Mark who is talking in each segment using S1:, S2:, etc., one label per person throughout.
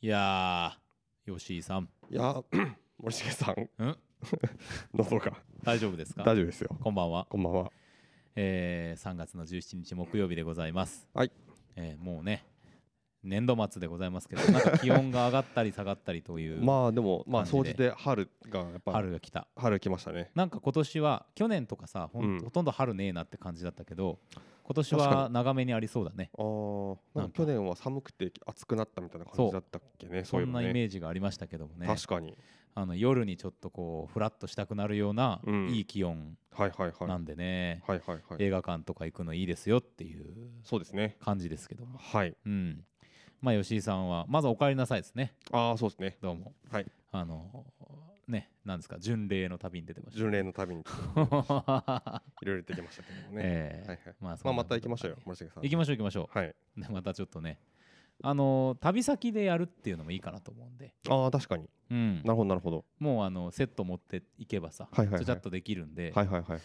S1: いやー、吉井さん、
S2: いや ー森重さん
S1: うん、
S2: 喉が
S1: 大丈夫ですか
S2: 大丈夫ですよ
S1: こんばんは、
S2: こんばんは
S1: えー、3月の17日木曜日でございます。
S2: はい、
S1: えー、もうね、年度末でございますけど、なんか気温が上がったり下がったりという、
S2: まあでもまあ
S1: 感
S2: 総
S1: じ
S2: じ
S1: で
S2: て春がやっぱ
S1: 春が来た。
S2: 春来ましたね
S1: なんか今年は去年とかさほん,、
S2: うん
S1: ほとんど春ねえなって感じだったけど今年
S2: 確
S1: は
S2: か
S1: 長めにありそうだね
S2: あー
S1: な
S2: なんん
S1: か
S2: か去年は寒くて暑くなったみたいな感じだったっけね
S1: そ
S2: そういうん
S1: なイ
S2: ね
S1: メージがありましたけどもね
S2: 確かに
S1: あの夜にちょっとこうフラッとしたくなるような、
S2: うん
S1: いい気温
S2: はいはいはい
S1: な
S2: はい
S1: んでね、
S2: はいはい
S1: 映画館とか行くのいいですよっていう
S2: そうですね
S1: 感じですけども
S2: はい
S1: うんまあ吉井さんはまずお帰りなさいですね
S2: ああそうですね
S1: どうも
S2: はい
S1: あのねなんですか巡礼の旅に出てまし
S2: 巡礼の旅に
S1: た
S2: いろいろ出てましたけども ね
S1: ええ
S2: はいはい
S1: まあそ
S2: まあ
S1: んな
S2: また行きましょうよ森重さん
S1: 行きましょう行きましょう
S2: はい
S1: でまたちょっとねあの旅先でやるっていうのもいいかなと思うんで、
S2: ああ確かに
S1: うん
S2: なるほどなるほど
S1: もうあのセット持っていけばさ、
S2: はいはいはい
S1: ちゃちゃっとできるんで,、
S2: はいはいはいはい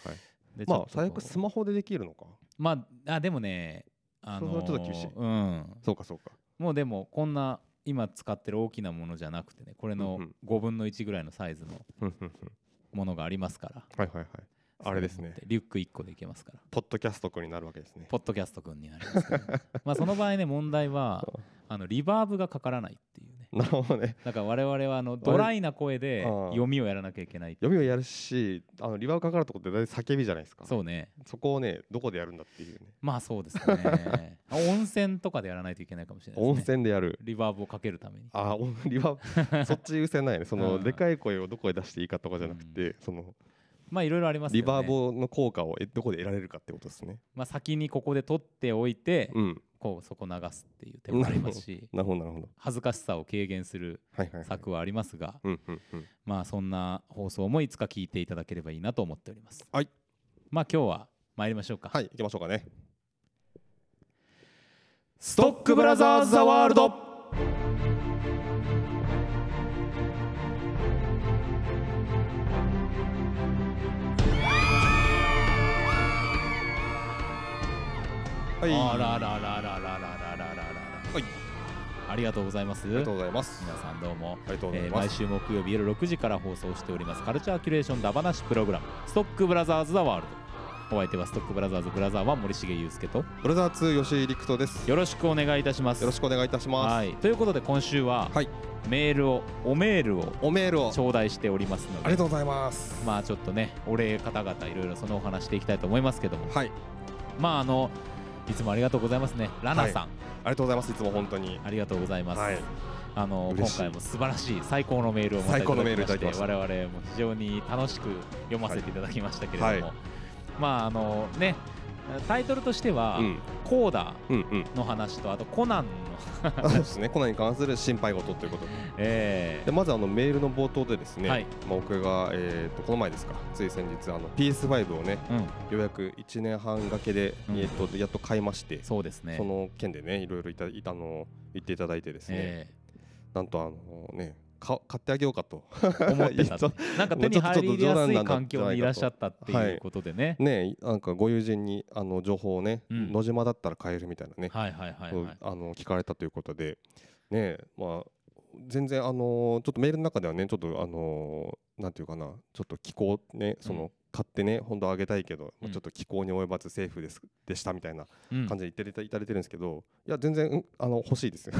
S1: で
S2: まあ
S1: ちょっと
S2: 最
S1: こう
S2: 悪スマホでできるのか
S1: まああでもねあの
S2: それはちょっと厳しい
S1: うん、
S2: そうかそうか
S1: もうでもこんな今使ってる大きなものじゃなくてねこれの
S2: うんうん
S1: 5分の1ぐらいのサイズの
S2: ふんふんふん
S1: ものがありますから、
S2: はいはいはいあれですね
S1: そ持ってリュック1個でいけますから
S2: ポッドキャスト君になるわけですね。
S1: ポッドキャスト君になりますけど、 まあその場合ね問題はあのリバーブがかからないっていうね
S2: なるほどね。
S1: だから我々はあのドライな声で
S2: あー
S1: 読みをやらなきゃいけない
S2: 読みをやるし、あのリバウンドかかるとこって大体叫びじゃないですか。
S1: そうね
S2: そこをね、どこでやるんだっていうね。
S1: まあそうです ねあ温泉とかでやらないといけないかもしれないです、ね、
S2: 温泉でやる。
S1: リバーブをかけるために
S2: あー、 おリバウ ンドそっち優先ないね。そ
S1: うん
S2: のでかい声をどこへ出していいかとかじゃなくて、その
S1: まあいろいろありますよね
S2: リバーブの効果をえどこで得られるかってことですね。
S1: まあ、先にここで取っておいて、
S2: うん。
S1: こうそこ流すっていう手もありますし
S2: なるほどなるほど。
S1: 恥ずかしさを軽減する
S2: はいはい、はい。
S1: 策はありますが、
S2: うんうんうん。
S1: まあそんな放送もいつか聞いていただければいいなと思っております
S2: はい
S1: まあ今日は参りましょうか
S2: はい、行きましょうかね。
S1: ストックブラザーズ・ザ・ワールド
S2: はい。
S1: あ
S2: あ
S1: ららららららららららら
S2: はい
S1: ありがとうございます
S2: りがとうございます。
S1: 皆さんどうも
S2: ありがとうござ
S1: え
S2: い
S1: ー
S2: ま
S1: 毎
S2: す。
S1: 週木曜日夜6時から放送しておりますカルチャーキュレーションダバナシプログラム「ストックブラザーズ・ザ・ワールド」お相手はストックブラザーズ・ブラザーは森重裕介と
S2: ブラザー2吉井陸斗です。よ
S1: よろしくお願いいたします。
S2: ろしくお願いいたします。
S1: はい、ということで今週は、
S2: はい
S1: メールをおメールを
S2: おメールを。
S1: 頂戴しておりますの
S2: ありが
S1: で
S2: とうございます。
S1: まあちょっとねお礼方々いろいろそのお話していきたいと思いますけども
S2: はい、
S1: まああのいつもありがとうございますねラナさん、
S2: ありがとうございます。いつも本当に。
S1: ありがとうございます。
S2: はい、
S1: あの今
S2: 嬉しい
S1: 回も素晴らしい最高のメールをまた
S2: 最高のメール
S1: いただきまして
S2: いた
S1: 我々も非常に楽しく読ませていただきましたけれども、
S2: はいは
S1: まああのねタイトルとしては、
S2: うん、
S1: コーダ
S2: うん、うん。
S1: の話とあとコナンの、
S2: そうですね。コナンに関する心配事ということで。
S1: えー
S2: で、まずあのメールの冒頭でですね。
S1: はい
S2: まあ、僕が、えっ、と、この前ですか。つい先日、あの PS5 をね、
S1: うん、
S2: ようやく一年半がけで、
S1: うん
S2: えっ、と、やっと買いまして。
S1: そうですね
S2: その件でね、いろいろいた、いたの、言っていただいてですね。
S1: え
S2: なんと、あの、ね。か買ってあげようかと
S1: ー思 ってた
S2: ちょっ
S1: となんか手に入りやすい環境にいらっしゃったっていうことでね、
S2: ねなんかご友人にあの情報をね、
S1: うん
S2: 野島だったら買えるみたいなね、
S1: はいはいはい
S2: そ
S1: は
S2: う
S1: い
S2: あの聞かれたということで、ねえまあ、全然、あのーちょっとメールの中ではねちょっと、あのーなんていうかなちょっと気候ねその、
S1: うん
S2: 買ってね本当はあげたいけど、
S1: うん
S2: ちょっと気候に及ばずセーフですでしたみたいな
S1: うん
S2: 感じで言っていたいただいてるんですけど、いや全然、うんあの欲しいです よ。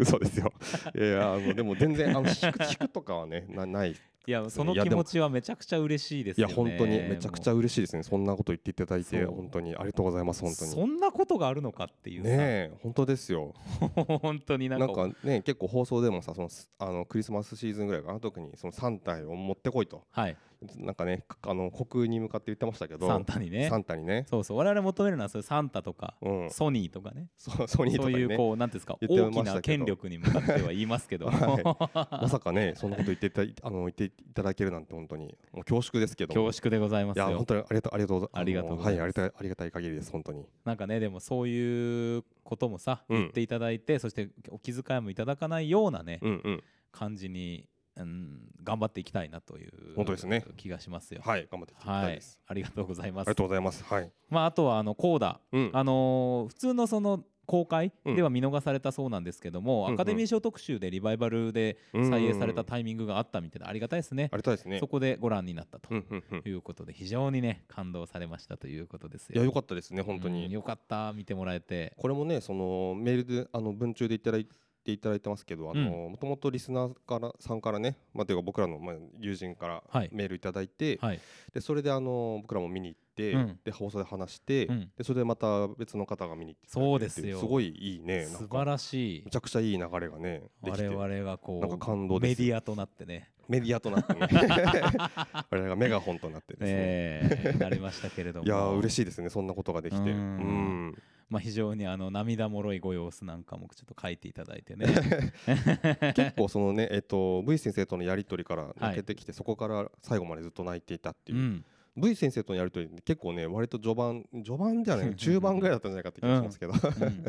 S2: 嘘ですよ。いやいやあのでも全然あの 引く引くとかはねなない。
S1: いやその気持ちはめちゃくちゃ嬉しいです
S2: い
S1: よ
S2: や
S1: ね
S2: 本当にめちゃくちゃ嬉しいですね。そんなこと言っていただいて
S1: そう
S2: 本当にありがとうございます本当に。
S1: そんなことがあるのかっていう
S2: ね
S1: さ、
S2: え本当ですよ。
S1: 本当になん
S2: な
S1: か
S2: んかね結構放送でもさそのすあのクリスマスシーズンぐらいかな特にその3体を持ってこいと
S1: はい
S2: なんかねかあの国に向かって言ってましたけど
S1: サンタにね
S2: サンタにね
S1: そうそう我々求めるのはそういうサンタとか、
S2: うん
S1: ソニーとかね
S2: そうソニーと
S1: そ
S2: か
S1: うい
S2: に
S1: う
S2: ね
S1: こうなんていうんですか
S2: 言って
S1: 大
S2: ました
S1: き
S2: けど
S1: な権力に向かっては言いますけど、
S2: はまさかねそんなこと言っていただいあの言っていただけるなんて本当にもう恐縮ですけど
S1: 恐縮でございます
S2: いや本
S1: よ
S2: 当にありがとうありがとうござ
S1: ありがとうご
S2: の
S1: ざ
S2: はいい
S1: ます
S2: ありがたいありがたい限りです本当に
S1: なんかねでもそういうこともさ、
S2: うん
S1: 言っていただいてそしてお気遣いもいただかないようなね、
S2: うんうん
S1: 感じに、うん、頑張っていきたいなという
S2: 本当ですね
S1: 気がしますよ。
S2: はい頑張っていき
S1: は
S2: たい
S1: い
S2: です、
S1: ありがとうございま
S2: あり
S1: す
S2: が。とうございますはい
S1: まああとはあのコーダ、
S2: うん
S1: あのー普通のその公開
S2: うん
S1: では見逃されたそうなんですけども、
S2: うんうん
S1: アカデミー賞特集でリバイバルで
S2: うん
S1: 再映されたタイミングがあったみたいでありがたいですね
S2: ありがたいですね
S1: そこでご覧になったと
S2: うんうんうん
S1: いうことで非常にね感動されましたということですよ
S2: いや良かったですね本当
S1: うん
S2: に
S1: よかった見てもらえて
S2: これもねそのメールであの文中でいただいていただいてますけどあのもともとリスナーからさんからねまあというか僕らのまあ友人から
S1: はい
S2: メールいただいて
S1: はい
S2: でそれであの僕らも見に行って
S1: うん
S2: で放送で話して
S1: うん
S2: でそれでまた別の方が見に行っていただいてってい
S1: そうですよ
S2: すごいいいねなんか
S1: 素晴らしい
S2: めちゃくちゃいい流れがねでき
S1: 我
S2: て
S1: 々がこ
S2: なんか
S1: う
S2: 感動で
S1: メ
S2: す
S1: ディアとなってね
S2: メディアと なってね我々がメガホンとなってですね
S1: ええなりましたけれども
S2: いやー嬉しいですねそんなことができて
S1: う
S2: うんん
S1: まあ、非常にあの涙もろいご様子なんかもちょっと書いていただいてね
S2: 結構そのねえっと V 先生とのやり取りから
S1: はい
S2: 抜けてきてそこから最後までずっと泣いていたって
S1: う
S2: いうん V 先生とのやり取りって結構ね割と序盤序盤ではない中盤ぐらいだったんじゃないかって気がします けど
S1: うん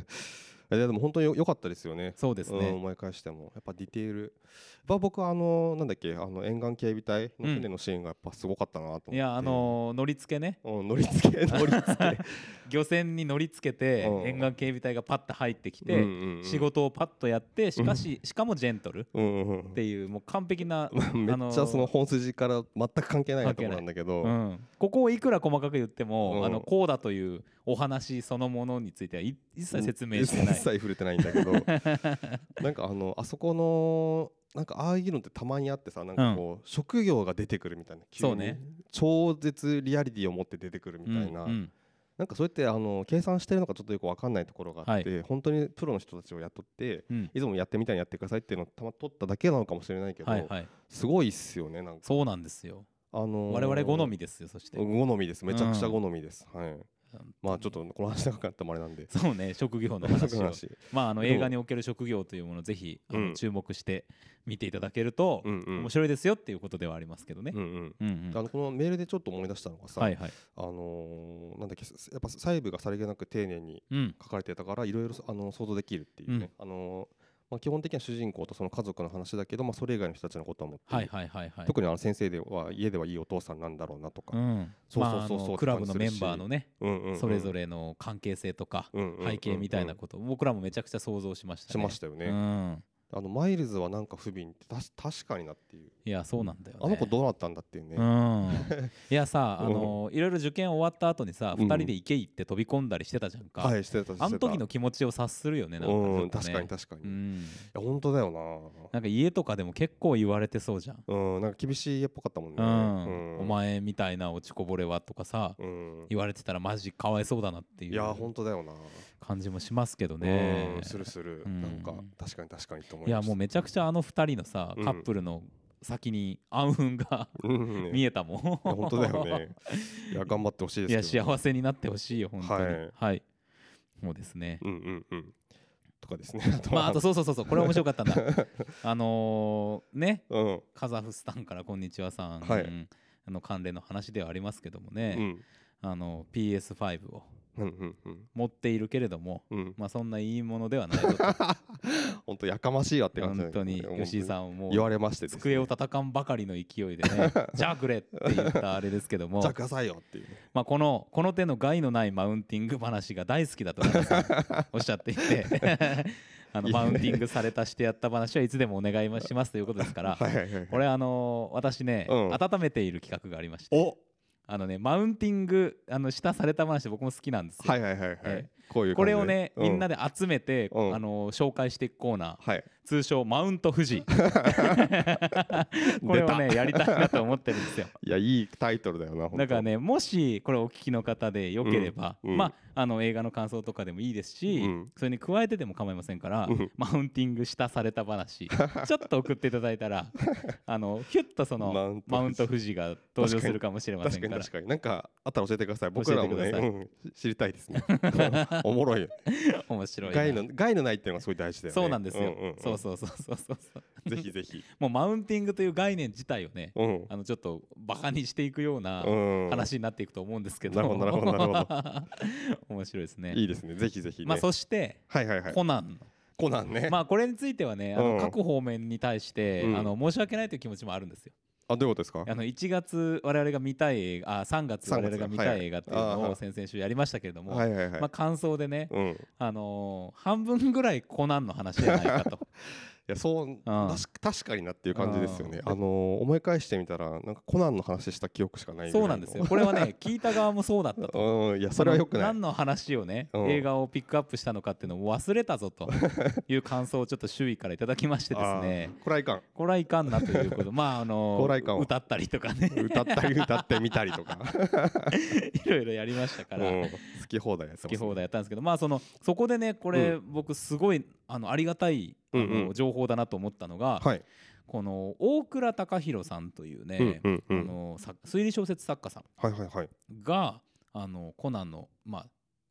S2: いやでも本当によ良かったですよね
S1: そうです
S2: う
S1: ね
S2: ん、思い返してもやっぱディテールやっぱ僕はあのなんだっけあの沿岸警備隊の船のシーンがやっぱすごかったなと思って、
S1: いやあのー乗り付けね
S2: うん乗り付 け乗り付け
S1: 漁船に乗り付けて
S2: うん
S1: 沿岸警備隊がパッと入ってき
S2: うん
S1: て
S2: うんうん
S1: 仕事をパッとやってしかししかもジェントルっ
S2: うんうんうん
S1: ていうもう完璧な
S2: めっちゃその本筋から全く関係ない
S1: 関
S2: と
S1: 係ない
S2: ころなんだけど、
S1: うん、ここをいくら細かく言っても、
S2: うん
S1: あのこうだというお話そのものについてはい一切説明してな
S2: 一
S1: い
S2: 切。触れてないんだけど なんかあのあそこのなんかああいうのってたまにあってさなんかこう、職業が出てくるみたいな急に
S1: そうね
S2: 超絶リアリティを持って出てくるみたいな、
S1: うんうん
S2: なんかそうやってあの計算してるのかちょっとよく分かんないところがあって、本当にプロの人たちを雇って
S1: うん
S2: いつもやってみたいにやってくださいっていうのをたま取っただけなのかもしれないけど、
S1: はいはい、
S2: すごいっすよねなんか、
S1: そうなんですよ。
S2: あのー
S1: 我々好みですよそして。
S2: 好みですめちゃくちゃ好みです、はいまあちょっ
S1: と
S2: とこの話長かったもあれなんで
S1: そうね職業の 話を
S2: 話
S1: まああの
S2: でも
S1: 映画における職業というものをぜひあの
S2: うん
S1: 注目して見ていただけると
S2: うんうん
S1: 面白いですよっていうことではありますけどね
S2: う。んうん
S1: うんうん
S2: あのこのメールでちょっと思い出したのがさ、
S1: はいはい。
S2: あのーなんだっけやっぱ細部がさりげなく丁寧に
S1: うん
S2: 書かれてたからいろいろあの想像できるっていうね、あのーまあ、基本的には主人公とその家族の話だけど、まあ、それ以外の人たちのことはもって、
S1: はいはいはいはい。
S2: 特にあの先生では家ではいいお父さんなんだろうなとか、
S1: うん
S2: そう
S1: まあ
S2: そう
S1: あ
S2: そうそう
S1: のクラブのメンバーのね
S2: うんうんうん
S1: それぞれの関係性とか
S2: うんうんうんうん
S1: 背景みたいなこと僕らもめちゃくちゃ想像しました
S2: し
S1: ね。
S2: ましたよね、
S1: うん
S2: あのマイルズはなんか不憫ってたし確かになっていう、
S1: いやそうなんだよね。
S2: あの子どうなったんだっていうね、
S1: うんいやさあ
S2: うん
S1: のいろいろ受験終わった後にさ
S2: うん
S1: 2人で池行って飛び込んだりしてたじゃんか、
S2: はいしてたしてた
S1: あの時の気持ちを察するよねなんかち
S2: う
S1: ょ
S2: ん
S1: っとね
S2: 確かに確かに、
S1: う
S2: い
S1: ん
S2: や本当だよな
S1: なんか家とかでも結構言われてそうじゃん、
S2: うん、なんか厳しい家っぽかったもんね。
S1: うん
S2: うん
S1: お、前みたいな落ちこぼれはとかさ
S2: うん、
S1: 言われてたらマジかわいそうだなって
S2: い
S1: い
S2: や
S1: う
S2: ー、本当だよな。
S1: 感じもしますけどね、
S2: うんするする、
S1: うん
S2: なんか、確かに確かにと思
S1: い
S2: い
S1: や
S2: ました。
S1: もうめちゃくちゃあの2人のさ
S2: うん
S1: カップルの先に暗雲が
S2: うん、ね、
S1: 見
S2: い
S1: えたもん
S2: や本当だ よね。いや、頑張ってほしい
S1: いや
S2: ですけど、ね。
S1: 幸せになってほしいよ本当に
S2: はい
S1: はい、もうですね
S2: うんうんうん。とかですね。
S1: まあ、あと
S2: そ
S1: そうそうそうそうこれ面白かったん だあのーね
S2: う。うん、
S1: カザフスタンから「こんにちはさん」
S2: はい
S1: の関連の話ではありますけども
S2: う
S1: ね、
S2: ん、
S1: あの PS5 を
S2: うん、うん、うん。
S1: 持っているけれども、
S2: うん、
S1: まあ、そんないいものではないぞ と
S2: 本当やかましいわって感じだ
S1: 本
S2: ね。
S1: 当に吉井さ
S2: ん。
S1: んをも
S2: 言わ
S1: う
S2: れましてですね、
S1: 机を叩かんばかりの勢いで ね「じゃあくれ!」って言ったあれですけども
S2: じゃあくださいよっていうね。
S1: まあ、このこの手の害のないマウンティング話が大好きだと 奈良さんおっしゃっていて あの
S2: いいね
S1: マウンティングされたしてやった話はいつでもお願いしますということですから
S2: はい、はい、はい。
S1: これあのー私ね、
S2: うん
S1: 温めている企画がありまして
S2: お、
S1: あのねマウンティングあのしたされた話僕も好きなんですよ、
S2: はい、はい、はい、は
S1: え
S2: い。こういう感じで。
S1: これをね、みんな
S2: で。
S1: で集めて、
S2: うん
S1: あのー紹介していくコーナー
S2: はい。
S1: 通称マウント富 士これをねやりたいなと思ってるんですよ
S2: いや、いいタイトルだよ な。本当
S1: だから。ねもしこれお聞きの方でよければ、
S2: うんうん
S1: まああの映画の感想とかでもいいですし、
S2: うん
S1: それに加えてでも構いませんから、
S2: うん
S1: マウンティングしたされた話 ちょっと送っていただいたらあのヒュッとそ
S2: マ
S1: の
S2: ウント富士
S1: マウント富士が登場するかもしれません
S2: 確
S1: か
S2: からに確かになんかあったら教えてください僕らも
S1: 教え
S2: ね、
S1: てください
S2: うん知りたいですねおもろいよ
S1: 面白いな
S2: 害の害のないっていうのがすごい大事だよね
S1: そうなんですよ、
S2: んんん
S1: そうそうそうそうそうそう
S2: ぜひぜひ
S1: もうマウンティングという概念自体をね
S2: うん
S1: あのちょっとバカにしていくような
S2: うん
S1: 話になっていくと思うんですけど、
S2: なるほどなるほどなる
S1: 面白いですね
S2: いいですねぜひぜひね
S1: まあそして、
S2: はいはいはい
S1: コナン
S2: コナンね
S1: まあこれについてはねあの
S2: うん
S1: 各方面に対して、
S2: うん
S1: あの申し訳ないという気持ちもあるんですよ。
S2: あどういうことですか
S1: あの1月我々が見たい映画あ3月我々が見たい映画っていう
S2: はい
S1: の
S2: あ
S1: を
S2: ー
S1: 先々週やりましたけれども、
S2: はいはいはい、
S1: まあ、感想でね、
S2: うん、い
S1: あのー半分ぐらいコナンの話じゃないかと
S2: やそう確か確かになっていう感じですよね、
S1: うん
S2: あのー思い返してみたらなんかコナンの話した記憶しかないぐらい
S1: そ
S2: の
S1: うなんですよこれはね 聞いた側もそうだったと。
S2: うんい やそれはよくない
S1: 何の話をね、
S2: うん
S1: 映画をピックアップしたのかっていうのを忘れたぞ という感想をちょっと周囲からいただきましてですね
S2: あーこれはいかん
S1: これはいかんなということまああの
S2: これはいかんわ
S1: 歌ったりとかね
S2: 歌ったり歌ってみたりとか
S1: いろいろやりましたから、
S2: うん好き放題やってます
S1: 好き放題やったんですけどまあそのそこでねこれ、僕すごいあのありがたいあの、
S2: うんうん
S1: 情報だなと思ったのが、
S2: はい、
S1: この大倉隆弘さんというね、
S2: うんうんう
S1: あ
S2: ん
S1: のさ推理小説作家さ
S2: はいはいはい
S1: んがあのコナンの、まあ、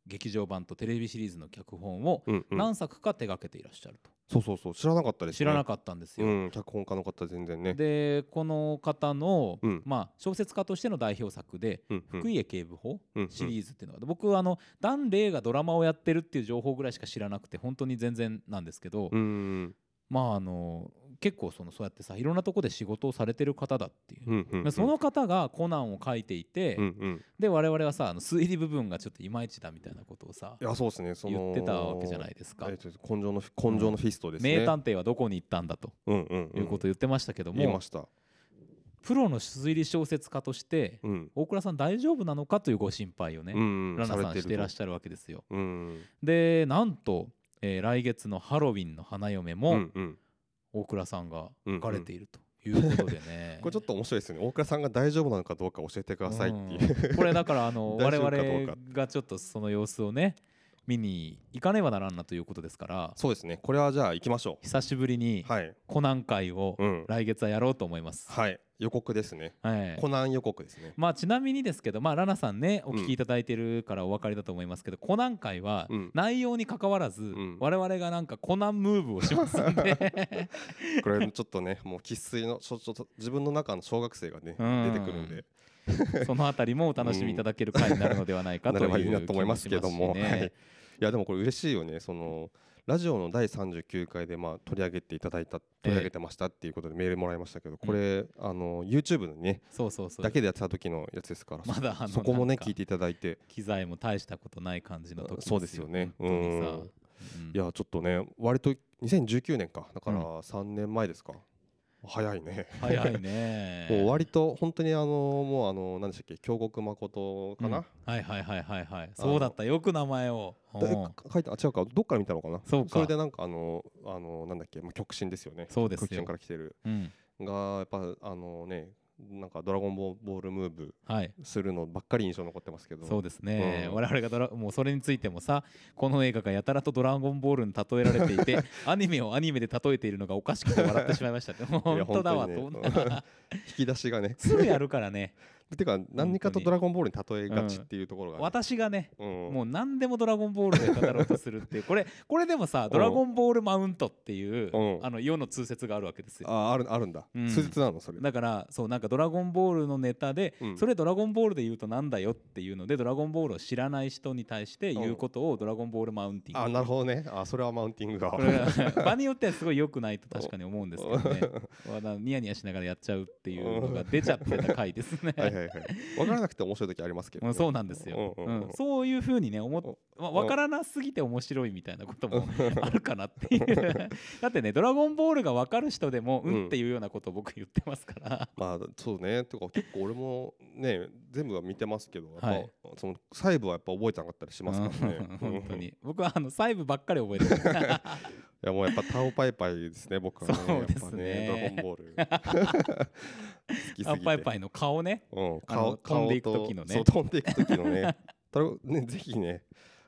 S1: 劇場版とテレビシリーズの脚本を
S2: うんうん
S1: 何作か手掛けていらっしゃると、
S2: そうそうそう知らなかったです、ね、
S1: 知らな
S2: かっ
S1: かったんです
S2: う
S1: よ。
S2: ん、脚本家の方全然ね
S1: でこの方の、
S2: うん
S1: まあ、小説家としての代表作で
S2: うんう
S1: 「
S2: ん
S1: 福井へ警部補」
S2: うんうん
S1: シリーズっていうのが僕あのダン・レイがドラマをやってるっていう情報ぐらいしか知らなくて本当に全然なんですけど、
S2: うん
S1: まああの結構そのそうやってさいろんなとこで仕事をされてる方だっていう。
S2: うんうんうん
S1: その方がコナンを書いていて、
S2: うんうん
S1: で我々はさあの推理部分がちょっといまいちだみたいなことをさ
S2: いやそうですねその
S1: 言ってたわけじゃないですか
S2: えっと根性の根性のフィストですね、
S1: 名探偵はどこに行ったんだと
S2: うんうん
S1: いうことを言ってましたけども、
S2: 言いました
S1: プロの推理小説家として
S2: うん
S1: 大倉さん大丈夫なのかというご心配をね、
S2: うん
S1: ラナさんしていらっ
S2: ゃ
S1: しゃるわけですよ。
S2: るうん
S1: でなんと、えー来月のハロウィンの花嫁
S2: う
S1: も
S2: んうん
S1: 大倉さんが
S2: うん
S1: 書かれているということでね。
S2: これちょっと面白いですね大倉さんが大丈夫なのかどうか教えてくださいっていう、
S1: うん これだからあの我
S2: 大丈夫かどうか
S1: 々がちょっとその様子をね見に行かねばならんなということですから
S2: そうですねこれはじゃあ行きましょ
S1: 久しぶりに
S2: うはい
S1: コナン会を
S2: うん
S1: 来月はやろうと思います。
S2: はい予告ですね
S1: はい
S2: コナン予告ですね
S1: まあちなみにですけど、まあ、ラナさんねお
S2: ん
S1: 聞きいただいてるからお分かりだと思いますけど、コナン会は
S2: うん
S1: 内容に関わらず、
S2: ん
S1: 我々がなんかコナンムーブをしますん で
S2: これちょっとねもう生粋のちょちょっと自分の中の小学生がね
S1: うん
S2: 出てくるんで
S1: そのあたりもお楽しみいただける会になるのではないか
S2: な
S1: とい
S2: れ
S1: う気も
S2: ば
S1: し
S2: いい
S1: ます
S2: な
S1: し、ね、
S2: と思いますけども、はい、いやでもこれ嬉しいよねそのラジオの第39回でまあ取り上げていただいた取り上げてましたっていうことでメールもらいましたけどこれ、あの YouTube のね
S1: そうそうそう
S2: だけでやってた時のやつですから、
S1: まだあの
S2: そこも
S1: な
S2: ね
S1: んか
S2: 聞いていただいて
S1: 機材も大したことない感じの時
S2: そうですよね
S1: 本当にさ
S2: う
S1: う
S2: ん
S1: ん
S2: いやちょっとね割と2019年かだか
S1: う
S2: ら3年前ですか、早いね
S1: 早いね
S2: もう割と本当にあのもうあの何でしたっけ京極誠か
S1: うん
S2: な、
S1: はいはいはいはいはいそうだったよく名前を
S2: で
S1: うん
S2: か書いてあ違うかどっから見たのかな
S1: そうか
S2: れでなんかあのあのなんだっけ、まあ、極真ですよね
S1: そうですよ
S2: 極真から来てる
S1: うん
S2: がやっぱあのねなんかドラゴンボールムーブ
S1: はい
S2: するのばっかり印象残ってますけど
S1: そうですね、
S2: うん
S1: 我々がドラもうそれについてもさこの映画がやたらと「ドラゴンボール」に例えられてい てアニメをアニメで例えているのがおかしくて笑ってしまいましたね本当だわと思
S2: 本当
S1: っ
S2: に
S1: た
S2: ね引き出しがね
S1: すぐやるからね
S2: てか何か
S1: 本当
S2: と
S1: に
S2: ドラゴンボールに例えがちっていうところが、ね
S1: 私がね
S2: うん
S1: もう何でも「ドラゴンボール」で語ろうとするっていうこれこれでもさ「ドラゴンボールマウント」っていう
S2: うん
S1: あの世の通説があるわけですよ
S2: ああるあるんだ、
S1: うん
S2: 数日なのそれ
S1: だからそうなんか「ドラゴンボール」のネタで
S2: うん
S1: それ「ドラゴンボール」で言うとなんだよっていうので「ドラゴンボール」を知らない人に対して言うことを「ドラゴンボールマウンティ
S2: あ
S1: ング」
S2: なるほどねあそれはマウンティングが
S1: これが 場によってはすごい良くないと確かに思うんですけどねわなニヤニヤしながらやっちゃうっていうのが出ちゃってた回です ね
S2: はいはいはい分からなくて面白い時ありますけど、
S1: うん、そうなんですよ、
S2: うんうんうん
S1: うんそういうふうにね思っ、まあ、分からなすぎて面白いみたいなこともあるかなっていう だってね「ドラゴンボール」が分かる人でもう
S2: うん
S1: んっていうようなことを僕言ってますから、
S2: まあそうねとか結構俺もね全部は見てますけどやっぱ、
S1: はい
S2: その細部はやっぱ覚えてなかったりしますからね
S1: うん 本当
S2: うんい
S1: に僕はあの細部ばっかり覚え てる
S2: やもうやっぱタオパイパイですね僕はね
S1: そうですね
S2: やっぱねドラゴンボール 好きす
S1: アッ
S2: ぎて
S1: パイパイの顔ね
S2: うん、
S1: あの
S2: 顔
S1: 飛んでいく
S2: 顔と
S1: 時のね
S2: そう飛んでいく時の ねドラゴンねぜひね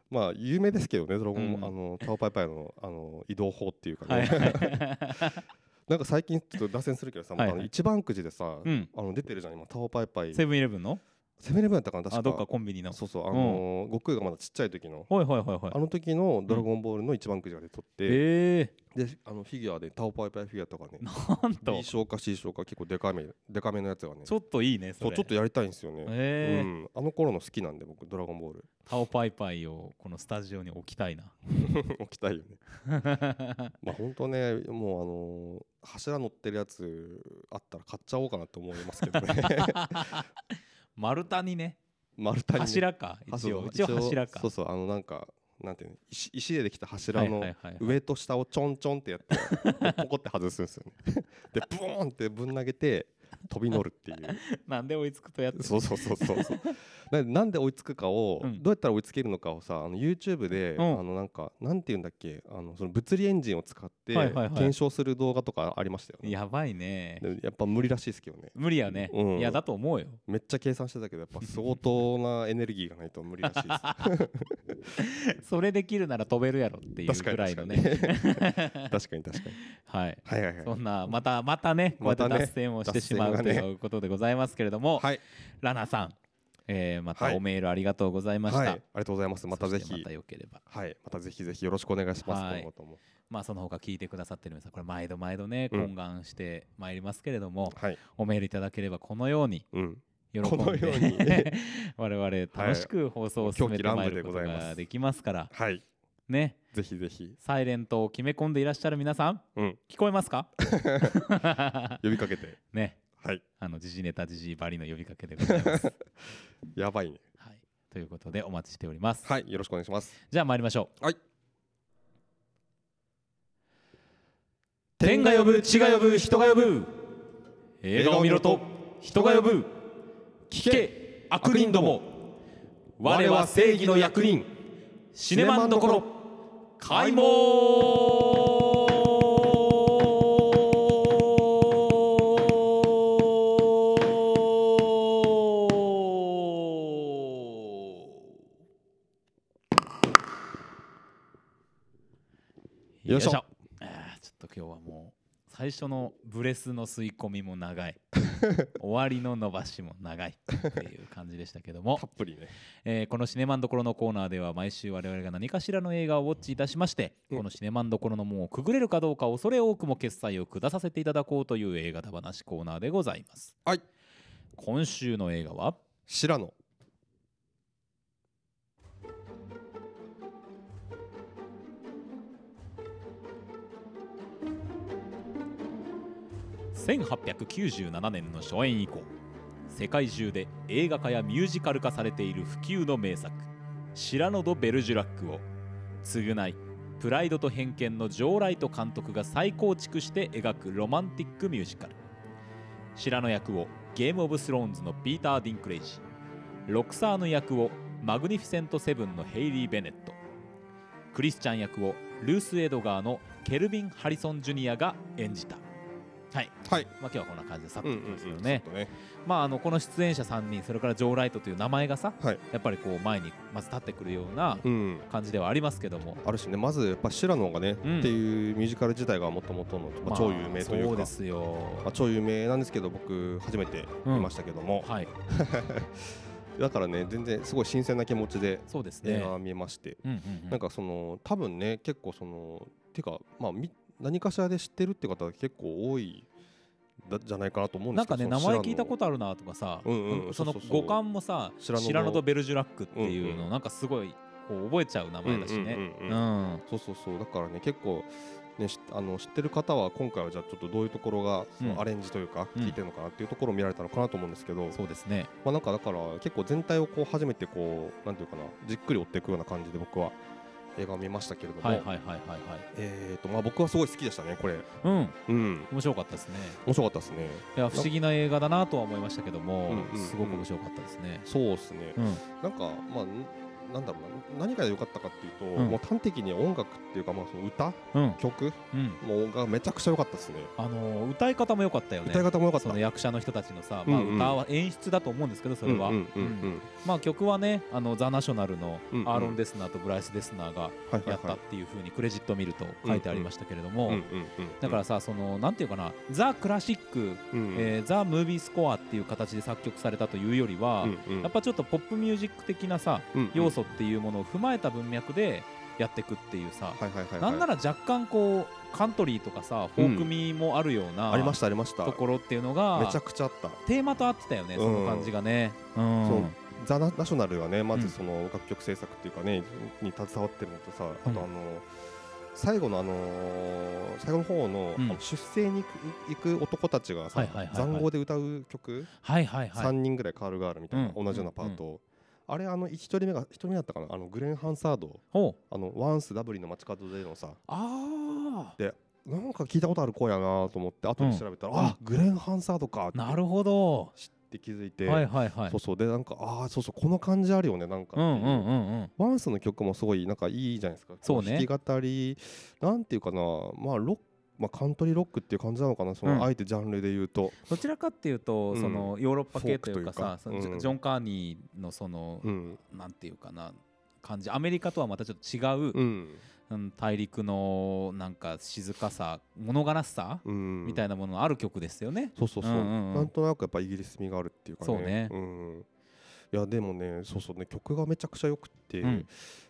S2: まあ有名ですけどねドラゴン、
S1: うん
S2: あのタオパイパイのあの移動法っていうか
S1: はい
S2: ね、
S1: はい
S2: なんか最近ちょっと脱線するけどさ、
S1: はいはい
S2: あの一番くじでさ、
S1: うん
S2: あの出てるじゃん今タオパイパイ
S1: セブンイレブンの
S2: セブンイレブンだったかな確
S1: あ
S2: か
S1: どっかコンビニの
S2: そうそうあのー悟空がまだちっちゃい時の
S1: はいはいはいはい
S2: あの時の「ドラゴンボール」の一番くじがで撮って、
S1: え
S2: であのフィギュアでタオパイパイフィギュアとかね
S1: えなんと
S2: B 賞か C 賞か結構でかめでかめのやつがね
S1: ちょっといいねそ
S2: そ
S1: れ
S2: うちょっとやりたいんですよね、
S1: ええ
S2: うん、あの頃の好きなんで僕「ドラゴンボール
S1: タオパイパイをこのスタジオに置きたいな」
S2: 置きたいよ ねまあ本当ねもうあのー柱乗ってるやつあったら買っちゃおうかなと思いますけどね
S1: 丸太にね
S2: 丸太にね
S1: 柱か
S2: あ
S1: 一
S2: そ
S1: 応
S2: う
S1: 一応柱か
S2: そうそうあのなんかなんていうの石石でできた
S1: は
S2: 柱
S1: いはい
S2: の
S1: はいはい
S2: 上と下をちょんちょんってやってポコって外すんですよね でブーンってぶん投げて飛び乗るっていう
S1: なんで追いつくとやって
S2: そうそうそうそうそうななんで追いつくかを、
S1: うん
S2: どうやったら追いつけるのかをさあの YouTube で、
S1: うん
S2: あのなんかなんていうんだっけあのその物理エンジンを使って
S1: はいはいはい
S2: 検証する動画とかありましたよね、
S1: やばいね
S2: でやっぱ無理らしいですけどね
S1: 無理やね、
S2: うん
S1: いやだと思うよ
S2: めっちゃ計算してたけどやっぱ相当なエネルギーがないと無理らしいです
S1: それできるなら飛べるやろっていう
S2: 確か
S1: ぐ
S2: に
S1: らいのね
S2: 確かに確かに
S1: はい
S2: はいはいは
S1: そ
S2: い
S1: んなまたまたねこうやって
S2: またね
S1: 脱線をしてしまう、
S2: 脱
S1: と
S2: 線がね
S1: いうことでございますけれども、
S2: はい
S1: ラナさん、えーま
S2: は
S1: た
S2: い
S1: おメールありがとうございました、
S2: はいありがとうございますまたぜ
S1: そして
S2: ひ
S1: またよければ
S2: はいまたぜひぜひよろしくお願いします
S1: はい
S2: 今後とも
S1: まあその他聞いてくださってる皆さんこれ毎度毎度ね
S2: うん
S1: 懇願してまいりますけれども、
S2: はい
S1: おメールいただければこのように
S2: うん
S1: 喜んで
S2: このように
S1: 我々楽しく放送を進めてまいることができますから
S2: はい
S1: ね
S2: ぜひぜひ
S1: サイレントを決め込んでいらっしゃる皆さん
S2: うん
S1: 聞こえますか
S2: 呼びかけて
S1: ね
S2: はい
S1: あの時事ネタ時事バリの呼びかけでござい ます、
S2: やばいね
S1: はい、ということでお待ちしております、
S2: はいよろしくお願いします
S1: じゃあ参りましょう
S2: はい
S1: 天が呼ぶ地が呼ぶ人が呼ぶ映画を見ろと人が呼ぶ聞け悪人ども我は正義の役人シネマンどころ開門
S2: よいしょ
S1: あーちょっと今日はもう最初のブレスの吸い込みも長 い終わりの伸ばしも長いっていう感じでしたけども
S2: たっぷりね
S1: えーこのシネマンどころのコーナーでは毎週我々が何かしらの映画をウォッチいたしまして、
S2: うん
S1: このシネマンどころの門をくぐれるかどうか恐れ多くも決済を下させていただこうという映画だ話コーナーでございます
S2: はい
S1: 今週の映画は
S2: 白野
S1: 1897年の初演以降世界中で映画化やミュージカル化されている不朽の名作「シラノ・ド・ベルジュラック」を償いプライドと偏見のジョー・ライト監督が再構築して描くロマンティックミュージカルシラノ役をゲーム・オブ・スローンズのピーター・ディンクレイジロクサーヌ役をマグニフィセント・セブンのヘイリー・ベネットクリスチャン役をルース・エドガーのケルビン・ハリソン・ジュニアが演じたはい
S2: はい
S1: まあ、今日はこんな感じでさっと
S2: う
S1: い
S2: ん
S1: き
S2: うん
S1: ますけ
S2: う
S1: ど
S2: ん
S1: ね
S2: ちょっとね
S1: まああのこの出演者3人それからジョー・ライトという名前がさ
S2: はい
S1: やっぱりこう前にまず立ってくるような
S2: うん
S1: 感じではありますけども、
S2: あるしねまずやっぱ白野がね
S1: うん
S2: っていうミュージカル自体がもともとのまあ超有名とい
S1: そうう
S2: か
S1: ですよ
S2: まあ超有名なんですけど僕初めて見ましたけども
S1: はい
S2: だからね全然すごい新鮮な気持ちで
S1: そうです
S2: 映
S1: ね
S2: 画を見まして、
S1: うんうんうん
S2: なんかその多分ね結構そのてかまあみ何かしらで知ってるって方が結構多いだじゃないかなと思うんで
S1: な
S2: す
S1: ん
S2: け
S1: か
S2: ど
S1: ね名前聞いたことあるなとかさ、
S2: うんうん
S1: その
S2: そうそうそう
S1: 五感もさ
S2: シラノの
S1: シラノとベルジュラックっていう
S2: うん
S1: の
S2: う
S1: なんかすごいこう覚えちゃう名前だしね
S2: ね、うん
S1: う
S2: うんうん
S1: ん
S2: そうそうそうだからね結構ねしあの知ってる方は今回はじゃあちょっとどういうところがそ
S1: うん
S2: のアレンジというか
S1: うん
S2: 聞いてるのかなっていうところを見られたのかなと思うんですけど、
S1: そうですね
S2: まあなんかだから結構全体をこう初めてこうなんていうかなじっくり追っていくような感じで僕は映画を見ましたけれども、
S1: はいはいはいはいはい
S2: えーとまあ僕はすごい好きでしたねこれ
S1: うん
S2: うん
S1: 面白かったですね
S2: 面白かったですね
S1: いや不思議な映画だなとは思いましたけども、
S2: うんうんうん
S1: すごく面白かったですね
S2: そうですね
S1: うん
S2: なんかまあんなんだろうな何が良かったかっていうと、
S1: うん
S2: もう端的に音楽っていうか、まあ、その歌
S1: うん
S2: 曲
S1: うん
S2: もうがめちゃくちゃ良かったですね
S1: あのー歌い方も良かったよね
S2: 歌い方も良かった
S1: その役者の人たちのさ、まあ、
S2: うんうん
S1: 歌は演出だと思うんですけどそれは、
S2: うんうんうんうん
S1: まあ、曲はねあのザ・ナショナルの
S2: うんうん
S1: アーロン・デスナーとブライス・デスナーが
S2: はいは
S1: や
S2: い
S1: った
S2: は
S1: っ
S2: い
S1: ていう風にクレジットを見ると書いてありましたけれども、
S2: うんうんうん
S1: だからさそのなんていうかなザ・クラシック、
S2: うん
S1: えーザ・ムービースコアっていう形で作曲されたというよりは、やっぱちょっとポップミュージック的なさ要素っていうものを踏まえた文脈でやってくっていうさ、なんなら
S2: ら
S1: 若干こうカントリーとかさフォークミーもあるような、
S2: ありましたありました
S1: ところっていうの
S2: め
S1: が
S2: ちゃくちゃあった
S1: テーマと合ってたよね、その感じがね。うん
S2: そうザ・ナショナルがねま
S1: うん
S2: ずその楽曲制作っていうかねに携わってるのとさあとあ
S1: うん
S2: の最後のあのー最後の方の
S1: うん
S2: あの出征に行く行く男たちが
S1: は
S2: さ
S1: いはいはいはい
S2: 塹壕で歌う曲
S1: はいはいはい。
S2: 3人ぐらいカールガールみたいな
S1: うん
S2: 同じようなパートをあれあの1人目が一人目だったかなあのグレン・ハンサード
S1: ほう
S2: あのワンスダブリンの街角でのさ
S1: あ
S2: なんか聞いたことある声やなと思って後で調べたら、
S1: うん
S2: あグレン・ハンサードかっ
S1: あなるほど。
S2: て気づいて、
S1: はいはいはい
S2: そう。そうでなんかああそうそうこの感じあるよねなんかって
S1: う
S2: い
S1: んうんうんうん。
S2: ワンスの曲もすごいなんかいいじゃないですか
S1: そうね
S2: 弾き語りなんていうかなまあロックまあ、カントリーロックっていう感じなのかなその、
S1: うん
S2: あえてジャンルで言うと、
S1: どちらかっていうと、
S2: うん
S1: そのヨーロッパ系というかさ、
S2: フォークというか
S1: その
S2: うん
S1: ジョン・カーニーのその、
S2: うん
S1: なんていうかな感じアメリカとはまたちょっと違う、
S2: うん
S1: うん大陸のなんか静かさ物悲しさ、
S2: うん、
S1: みたいなもののある曲ですよね。
S2: そうそうそう,、
S1: うんうんうん
S2: なんとなくやっぱイギリス味があるっていうかね
S1: そうね
S2: ん、いやでもねそうそうね曲がめちゃくちゃよくって、
S1: うん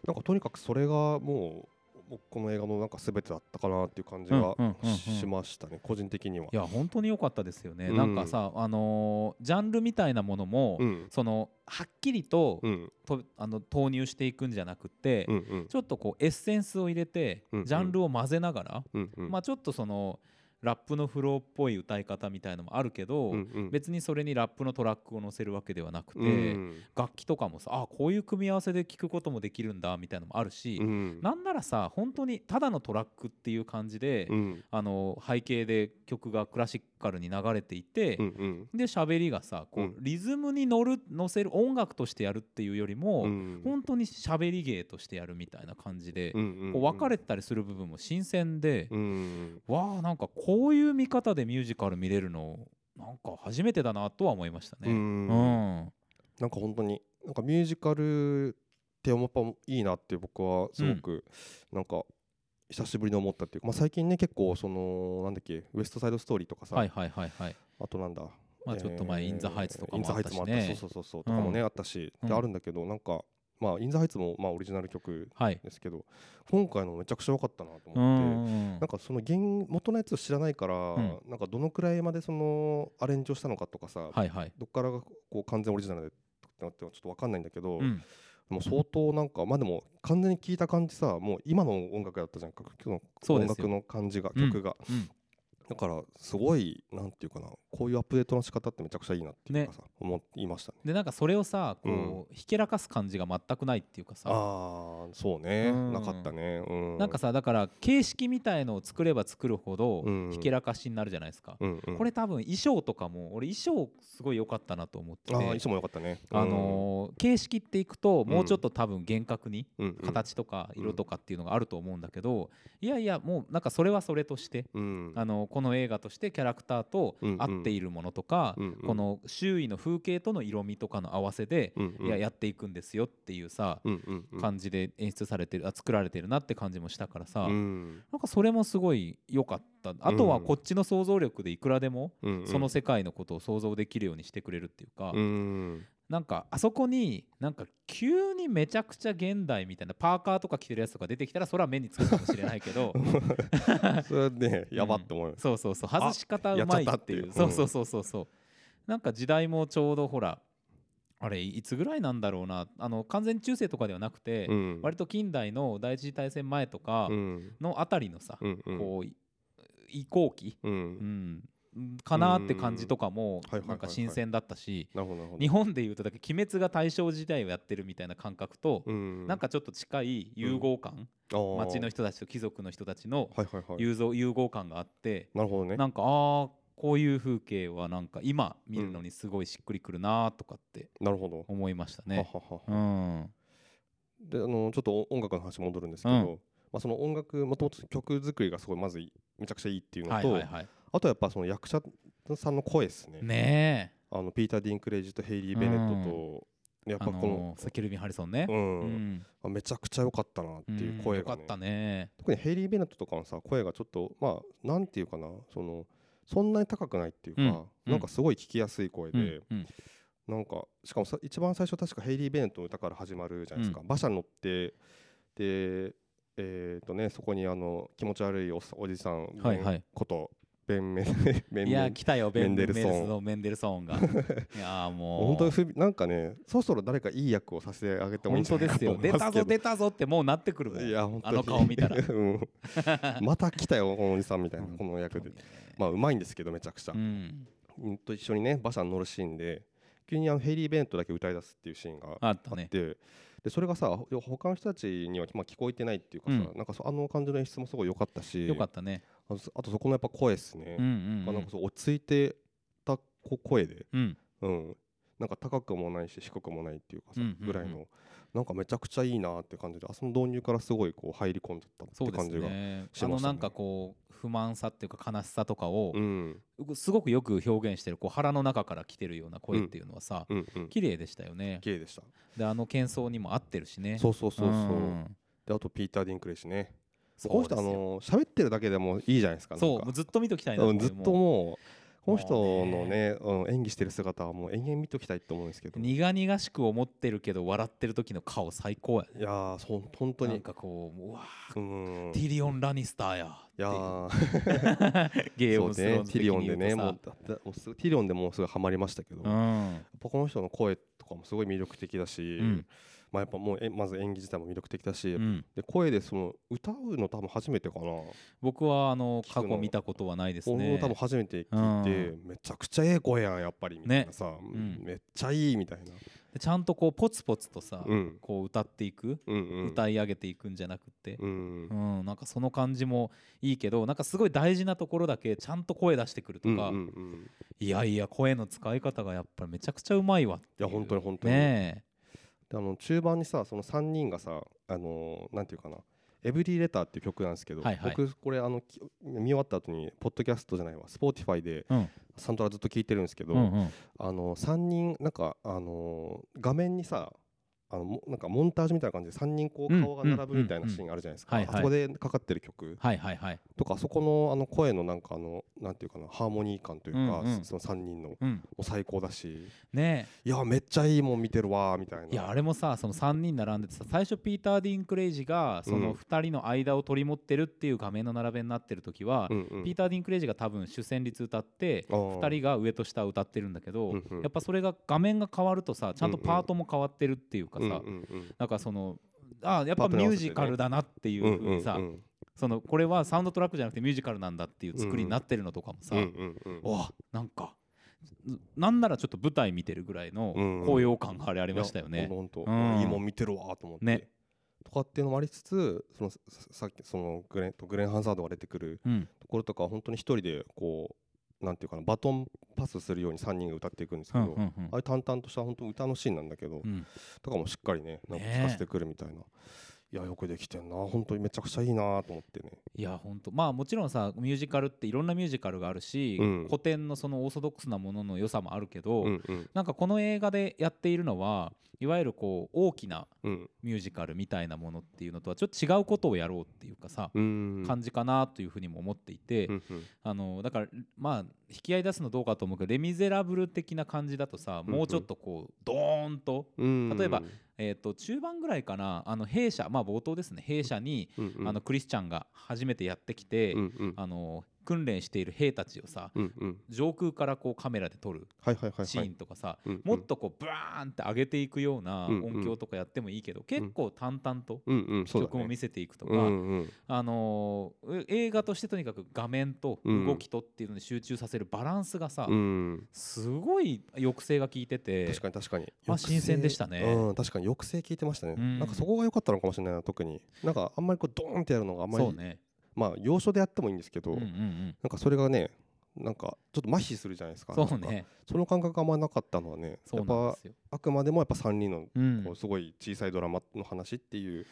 S2: なんかとにかくそれがもうもうこの映画のなんか全てだったかなっていう感じが
S1: うんうんうんうん。
S2: しましたね、個人的にはい
S1: や本当に良かったですよね。
S2: うん
S1: なんかさあのージャンルみたいなものも、
S2: うん
S1: そのはっきりと,、
S2: うん
S1: とあの投入していくんじゃなくて、
S2: うんうん
S1: ちょっとこうエッセンスを入れて、
S2: うんうん
S1: ジャンルを混ぜながら、
S2: うんうん
S1: まあちょっとそのラップのフローっぽい歌い方みたいのもあるけど、
S2: うんうん
S1: 別にそれにラップのトラックを載せるわけではなくて、
S2: うん
S1: 楽器とかもさあこういう組み合わせで聴くこともできるんだみたいのもあるし、
S2: うん
S1: なんならさ本当にただのトラックっていう感じで、
S2: うん
S1: あの背景で曲がクラシカルに流れていて。
S2: うんうん
S1: で喋りがさこう
S2: うん
S1: リズムに乗る乗せる音楽としてやるっていうよりも、
S2: うん
S1: 本当に喋り芸としてやるみたいな感じで、
S2: うんうん
S1: こう分かれてたりする部分も新鮮で、
S2: うん
S1: わあなんかこういう見方でミュージカル見れるのなんか初めてだなとは思いました
S2: う
S1: ね。うんん、
S2: なんか本当になんかミュージカルってやっぱいいなって僕はすごくなんか久しぶりに思ったっていうか、まあ、最近ね結構そのなんだっけウエストサイドストーリーとかさ、
S1: はいはいはいはい。
S2: あとなんだ
S1: まあちょっと前インザハイツとかもあったしね
S2: インザハイツもあったそうそうそうそうとかもね、
S1: う
S2: あったし
S1: うん
S2: であるんだけどなんかまあインザハイツもまあオリジナル曲
S1: はい。
S2: ですけど今回のめちゃくちゃ良かったなと
S1: う
S2: 思って。
S1: ん
S2: なん。かその原元のやつを知らないから、
S1: ん
S2: なんかどのくらいまでそのアレンジをしたのかとかさ、
S1: はいはい。
S2: どっからがこう完全オリジナルでってなってはちょっと分かんないんだけど、
S1: うん。
S2: もう相当なんかまあでも完全に聞いた感じさもう今の音楽だったじゃんか今日
S1: そ
S2: の
S1: うで
S2: 音
S1: すよ
S2: 楽の感じが
S1: うん
S2: 曲が、
S1: うん
S2: だからすごいなんていうかなこういうアップデートの仕方ってめちゃくちゃいいなっていうかさ、思いましたね
S1: でなんかそれをさこうひけらかす感じが全くないっていうか
S2: ああ
S1: さ。
S2: ーそうね、
S1: うん
S2: なかったねうん
S1: なんかさだから形式みたいのを作れば作るほど
S2: うん
S1: ひけらかしになるじゃないですか。
S2: うんうん
S1: これ多分衣装とかも俺衣装すごい良かったなと思って
S2: ああ
S1: て
S2: 衣装も良かったね
S1: あのー形式っていくともうちょっと多分厳格に
S2: うんうん
S1: 形とか
S2: うん
S1: 色とかっていうのがあると思うんだけどいやいやもうなんかそれはそれとして
S2: うん
S1: あのこの映画としてキャラクターと
S2: うんうん
S1: 合っているものとか
S2: うんうん
S1: この周囲の風景との色味とかの合わせで
S2: うんうん
S1: いややっていくんですよっていうさ
S2: うんうんうん
S1: 感じで演出されてるあ作られてるなって感じもしたからさ
S2: うん
S1: なんかそれもすごい良かったあとはこっちの想像力でいくらでも
S2: うんうん
S1: その世界のことを想像できるようにしてくれるっていうか
S2: うん
S1: なんかあそこになんか急にめちゃくちゃ現代みたいなパーカーとか着てるやつとか出てきたらそれは目につくかもしれないけど
S2: それは ねやばって思うよ、
S1: そうそうそう外し方うまいっていう
S2: やっ
S1: そ
S2: ちゃったっていう
S1: うそううんそうそうそうなんか時代もちょうどほらあれいつぐらいなんだろうなあの完全中世とかではなくて、
S2: うん
S1: 割と近代の第一次大戦前とか
S2: うん
S1: のあたりのさ、
S2: うんうん
S1: こうい移行期、
S2: うん
S1: うん、かなって感じとかも
S2: うんはいはいはいはい
S1: なんか新鮮だったし
S2: なるほどなるほど
S1: 日本でいうとだけ鬼滅が大正時代をやってるみたいな感覚と、
S2: うん
S1: なんかちょっと近い融合感、
S2: あー
S1: 町の人たちと貴族の人たちの
S2: はいはいはい
S1: 融合融合感があって、
S2: なるほどね
S1: なんかあーこういう風景はなんか今見るのにすごいしっくりくるなーとかって
S2: なるほど
S1: 思いました
S2: は
S1: ね。
S2: はは
S1: うん、
S2: であのちょっと音楽の話戻るんですけど、
S1: うん
S2: まあ、その音楽もともと曲作りがすごいまずいめちゃくちゃいいっていうの
S1: はい
S2: と、
S1: はいはい
S2: あとやっぱその役者さんの声ですね
S1: ね
S2: あのピーター・ディンクレイジとヘイリー・ベネットと、や
S1: え
S2: っ
S1: あ
S2: ぱこの
S1: の、ー、ケルビン・ハリソンね
S2: う、
S1: うんん
S2: あめちゃくちゃ良かったなっていう声
S1: んよかっ
S2: が、ね
S1: たね
S2: 特にヘイリー・ベネットとかのさ声がちょっとまあなんていうかなそのそんなに高くないっていうか、
S1: うん
S2: なんかすごい聞きやすい声
S1: う
S2: で、
S1: んうん
S2: なんかしかもさ一番最初確かヘイリー・ベネットの歌から始まるじゃないですか、馬車に乗ってでえっ、とねそこにあの気持ち悪いおっさんおじさん
S1: はいはい
S2: ことベンメンベン
S1: い
S2: メ
S1: や
S2: ン
S1: 来たよベン
S2: メンデルソン
S1: メルスのメンデルソン がいやーもう
S2: 本当に不なんかねそろそろ誰かいい役をさせてあげてもいいん
S1: 本
S2: じ
S1: 当で
S2: ゃないか
S1: す
S2: と
S1: よ
S2: 思い
S1: 出
S2: ます
S1: た
S2: け
S1: ぞ
S2: ど
S1: 出たぞってもうなってくるもん
S2: いや本当
S1: あ
S2: に
S1: の顔見たら
S2: うんまた来 たよこのおじさんみたいな
S1: うん
S2: この役
S1: 本当
S2: で
S1: にね
S2: まあうまいんですけどめちゃくちゃ
S1: うん
S2: うんと一緒にね馬車に乗るシーンで急にあのヘイリー・ベネットだけ歌い出すっていうシーンが
S1: あったね
S2: ででそれがさほ他の人たちには、まあ、聞こえてないっていうかさ、
S1: う
S2: なんかそあの感じの演出もすごい良かったし
S1: よかったね
S2: あとそあとそこのやっぱ声ですね
S1: う、んう
S2: が
S1: ん
S2: な
S1: うん
S2: か
S1: ん
S2: そう落ち着いてたこ声で、
S1: うん
S2: うん、なんか高くもないし低くもないっていうかさ、
S1: うんうんうん
S2: ぐらいのなんかめちゃくちゃいいなって感じであその導入からすごいこう入り込んでったって
S1: そうで
S2: 感
S1: す
S2: じがう,、
S1: ね
S2: し
S1: あ
S2: ま
S1: の
S2: したね
S1: なんかこう不満さっていうか悲しさとかを
S2: ん
S1: すごくよく表現してるこう腹の中から来てるような声っていうのはさ
S2: うんうん
S1: 綺麗でしたよね
S2: 綺麗でした
S1: であの喧騒にも合ってるしね
S2: そうそうそうそう、
S1: ん
S2: であとピーター・ディンクレイシね
S1: そう
S2: この人
S1: で
S2: あ
S1: すよ
S2: の喋ってるだけでもいいじゃないですかなんか
S1: そうもうずっと見ときたいな
S2: うん
S1: て
S2: ずっともうこの
S1: も
S2: 人の
S1: う
S2: ね、うん、演技してる姿はもう延々見ときたいと思うんですけどい
S1: 苦々しく思ってるけど笑ってる時の顔最高やね
S2: やーそう本当
S1: なん
S2: に
S1: かこうもううわー
S2: うん
S1: テ
S2: い
S1: ィリオン・ラニスターや
S2: や
S1: っていう
S2: ー
S1: ゲー
S2: そう
S1: ム
S2: ね
S1: スローンズ
S2: ティリオンで
S1: 的に言
S2: ね
S1: うと
S2: も
S1: さ
S2: うだだもうすぐティリオンでもうすごいハマりましたけど、
S1: う
S2: やっ
S1: ん
S2: ぱこの人の声とかもすごい魅力的だし、
S1: うん
S2: まあやっぱもうえまず演技自体も魅力的だし、
S1: うん
S2: で声でその歌うの多分初めてかな、
S1: 僕はあの
S2: 聞く
S1: 過
S2: の
S1: 去見たことはないです
S2: 俺も
S1: ね
S2: 多分初めて聞いて、めちゃくちゃええ声やんやっぱりみたいなさ、
S1: ん
S2: めっちゃいいみたいな、
S1: でちゃんとこうポツポツとさ
S2: うん、
S1: こう歌っていく
S2: うんうん
S1: 歌い上げていくんじゃなくて
S2: うん
S1: うんなんかその感じもいいけどなんかすごい大事なところだけちゃんと声出してくるとか
S2: うんうんうん、
S1: いやいや声の使い方がやっぱりめちゃくちゃうまいわって
S2: い
S1: い
S2: や
S1: う
S2: 本当に本当に、
S1: ね
S2: であの中盤にさその3人がさあのーなんていうかな「エブリーレター」っていう曲なんですけど、
S1: はいはい
S2: 僕これあのき見終わった後にポッドキャストじゃないわ Spotify で
S1: えうん
S2: サントラずっと聴いてるんですけど、
S1: うんうん
S2: あの3人なんかあのー画面にさあのもなんかモンタージュみたいな感じで3人こ
S1: う
S2: うん顔が並ぶみたいなシーンあるじゃないですか、
S1: うんうんうんはい
S2: あ
S1: は
S2: そ
S1: い
S2: こでかかってる曲
S1: はいはいはい
S2: とかあそこのあの声のなんかあのなんていうかなハーモニー感というか、
S1: うんうん
S2: その3人のも
S1: うん
S2: う最高だし
S1: ね
S2: いやめっちゃいいもん見てるわーみたいな。
S1: えいやあれもさその3人並んでてさ最初ピーター・ディン・クレイジがそうの
S2: ん
S1: 2人の間を取り持ってるっていう画面の並べになってる時は、
S2: うんうん
S1: ピーター・ディン・クレイジが多分主旋律歌って
S2: あー
S1: 2人が上と下歌ってるんだけど、
S2: うんうん
S1: やっぱそれが画面が変わるとさちゃんとパートも変わってるっていうかさ、
S2: うんうんうん
S1: なんかそのあーやっぱ
S2: パートに
S1: ミュ
S2: 合
S1: ー
S2: わせてね
S1: ジカルだなっていうふうにさ、
S2: うんうん
S1: そのこれはサウンドトラックじゃなくてミュージカルなんだっていう作りになってるのとかもさ、
S2: うんうんうん
S1: うわなんかなんならちょっと舞台見てるぐらいの
S2: うん
S1: 高揚感があれありましたよ
S2: いや
S1: ね。
S2: ほんと
S1: うん
S2: いいもん見てるわと思って、
S1: ね
S2: とかっていうのもありつつそのささっきそのグレングレン・ハンサードが出てくる
S1: うん、
S2: ところとかは本当に一人でこうなんていうかなバトンパスするように3人が歌っていくんですけど、
S1: うんうんうん
S2: あれ淡々とした本当歌のシーンなんだけど、
S1: うん
S2: とかもしっかりねなんか
S1: ねえ
S2: 聞かせてくるみたいな、いやよくできてんな本当にめちゃくちゃいいなと思ってね
S1: いや本当まあもちろんさミュージカルっていろんなミュージカルがあるし、
S2: うん
S1: 古典のそのオーソドックスなものの良さもあるけど、
S2: うんうん
S1: なんかこの映画でやっているのはいわゆるこう大きな
S2: うん
S1: ミュージカルみたいなものっていうのとはちょっと違うことをやろうっていうかさ、
S2: うん
S1: 感じかなというふうにも思っていて、
S2: うんうん
S1: あのだからまあ引き合い出すのどうかと思うけど「レ・ミゼラブル」的な感じだとさもうちょっとこうドーンと,、
S2: うん
S1: 例えば、えー、と中盤ぐらいかなあの弊社まあ冒頭ですね弊社に、
S2: うんうん
S1: あのクリスチャンが初めてやってきて、
S2: うんうん
S1: あの訓練している兵たちをさ
S2: うんうん
S1: 上空からこうカメラで撮る
S2: はいはいはいはい
S1: シーンとかさ、
S2: うんうん
S1: もっとこうブワーンって上げていくような
S2: うん
S1: 音響とかやってもいいけど、結構淡々と
S2: うんうんそうだね
S1: 曲も見せていくとか、
S2: うんうん
S1: あのーう映画としてとにかく画面と
S2: うん
S1: 動きとっていうのに集中させるバランスがさ、
S2: うん、
S1: すごい抑制が効いてて
S2: 確かに確かに、
S1: まあ
S2: 抑
S1: 新
S2: 制
S1: 鮮でしたね
S2: うん、確かに抑制効いてましたね、
S1: うん
S2: なんかそこが良かったのかもしれないな特になんかあんまりこうドーンってやるのがあんまり、
S1: そうね
S2: まあ要所でやってもいいんですけど、
S1: うんうんうん
S2: なんかそれがねなんかちょっと麻痺するじゃないですか
S1: そう
S2: なんか
S1: ね
S2: その感覚があんまなかったのはね
S1: そ
S2: や
S1: う
S2: っ
S1: なん
S2: ぱ
S1: ですよ、
S2: あくまでもやっぱ3人の
S1: うん
S2: こうすごい小さいドラマの話っていう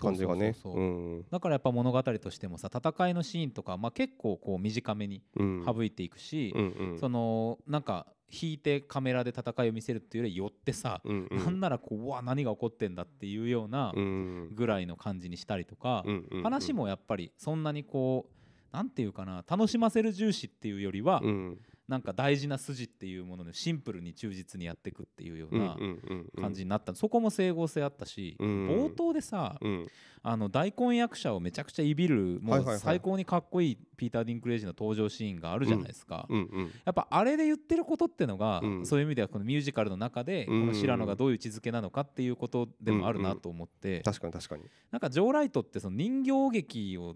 S2: 感じがね
S1: そうそうそうそう
S2: うん
S1: だからやっぱ物語としてもさ戦いのシーンとか、まあ、結構こう短めに
S2: うん
S1: 省いていくし、
S2: うんうん
S1: そのなんか引いてカメラで戦いを見せるっていうより寄ってさ、
S2: うんう
S1: なん
S2: ん
S1: ならこううわ何が起こってんだっていうような
S2: うん
S1: ぐらいの感じにしたりとか、
S2: うんうん
S1: 話もやっぱりそんなにこうなんていうかな楽しませる重視っていうよりは、
S2: うん
S1: なんか大事な筋っていうものでシンプルに忠実にやっていくっていうよう
S2: うん
S1: な
S2: うんうんうん
S1: 感じになった、そこも整合性あったし、
S2: うん
S1: 冒頭でさ、
S2: うん
S1: あの大根役者をめちゃくちゃいびるも
S2: はいはいは
S1: う
S2: い
S1: 最高にかっこいいピーター・ディンクレイジの登場シーンがあるじゃないですか。
S2: うんうん
S1: やっぱあれで言ってることってのが、
S2: うん
S1: そういう意味ではこのミュージカルの中でこの白野がどういう位置づけなのかっていうことでもあるなと思って、
S2: 確かに確かに
S1: なんかジョー・ライトってその人形劇を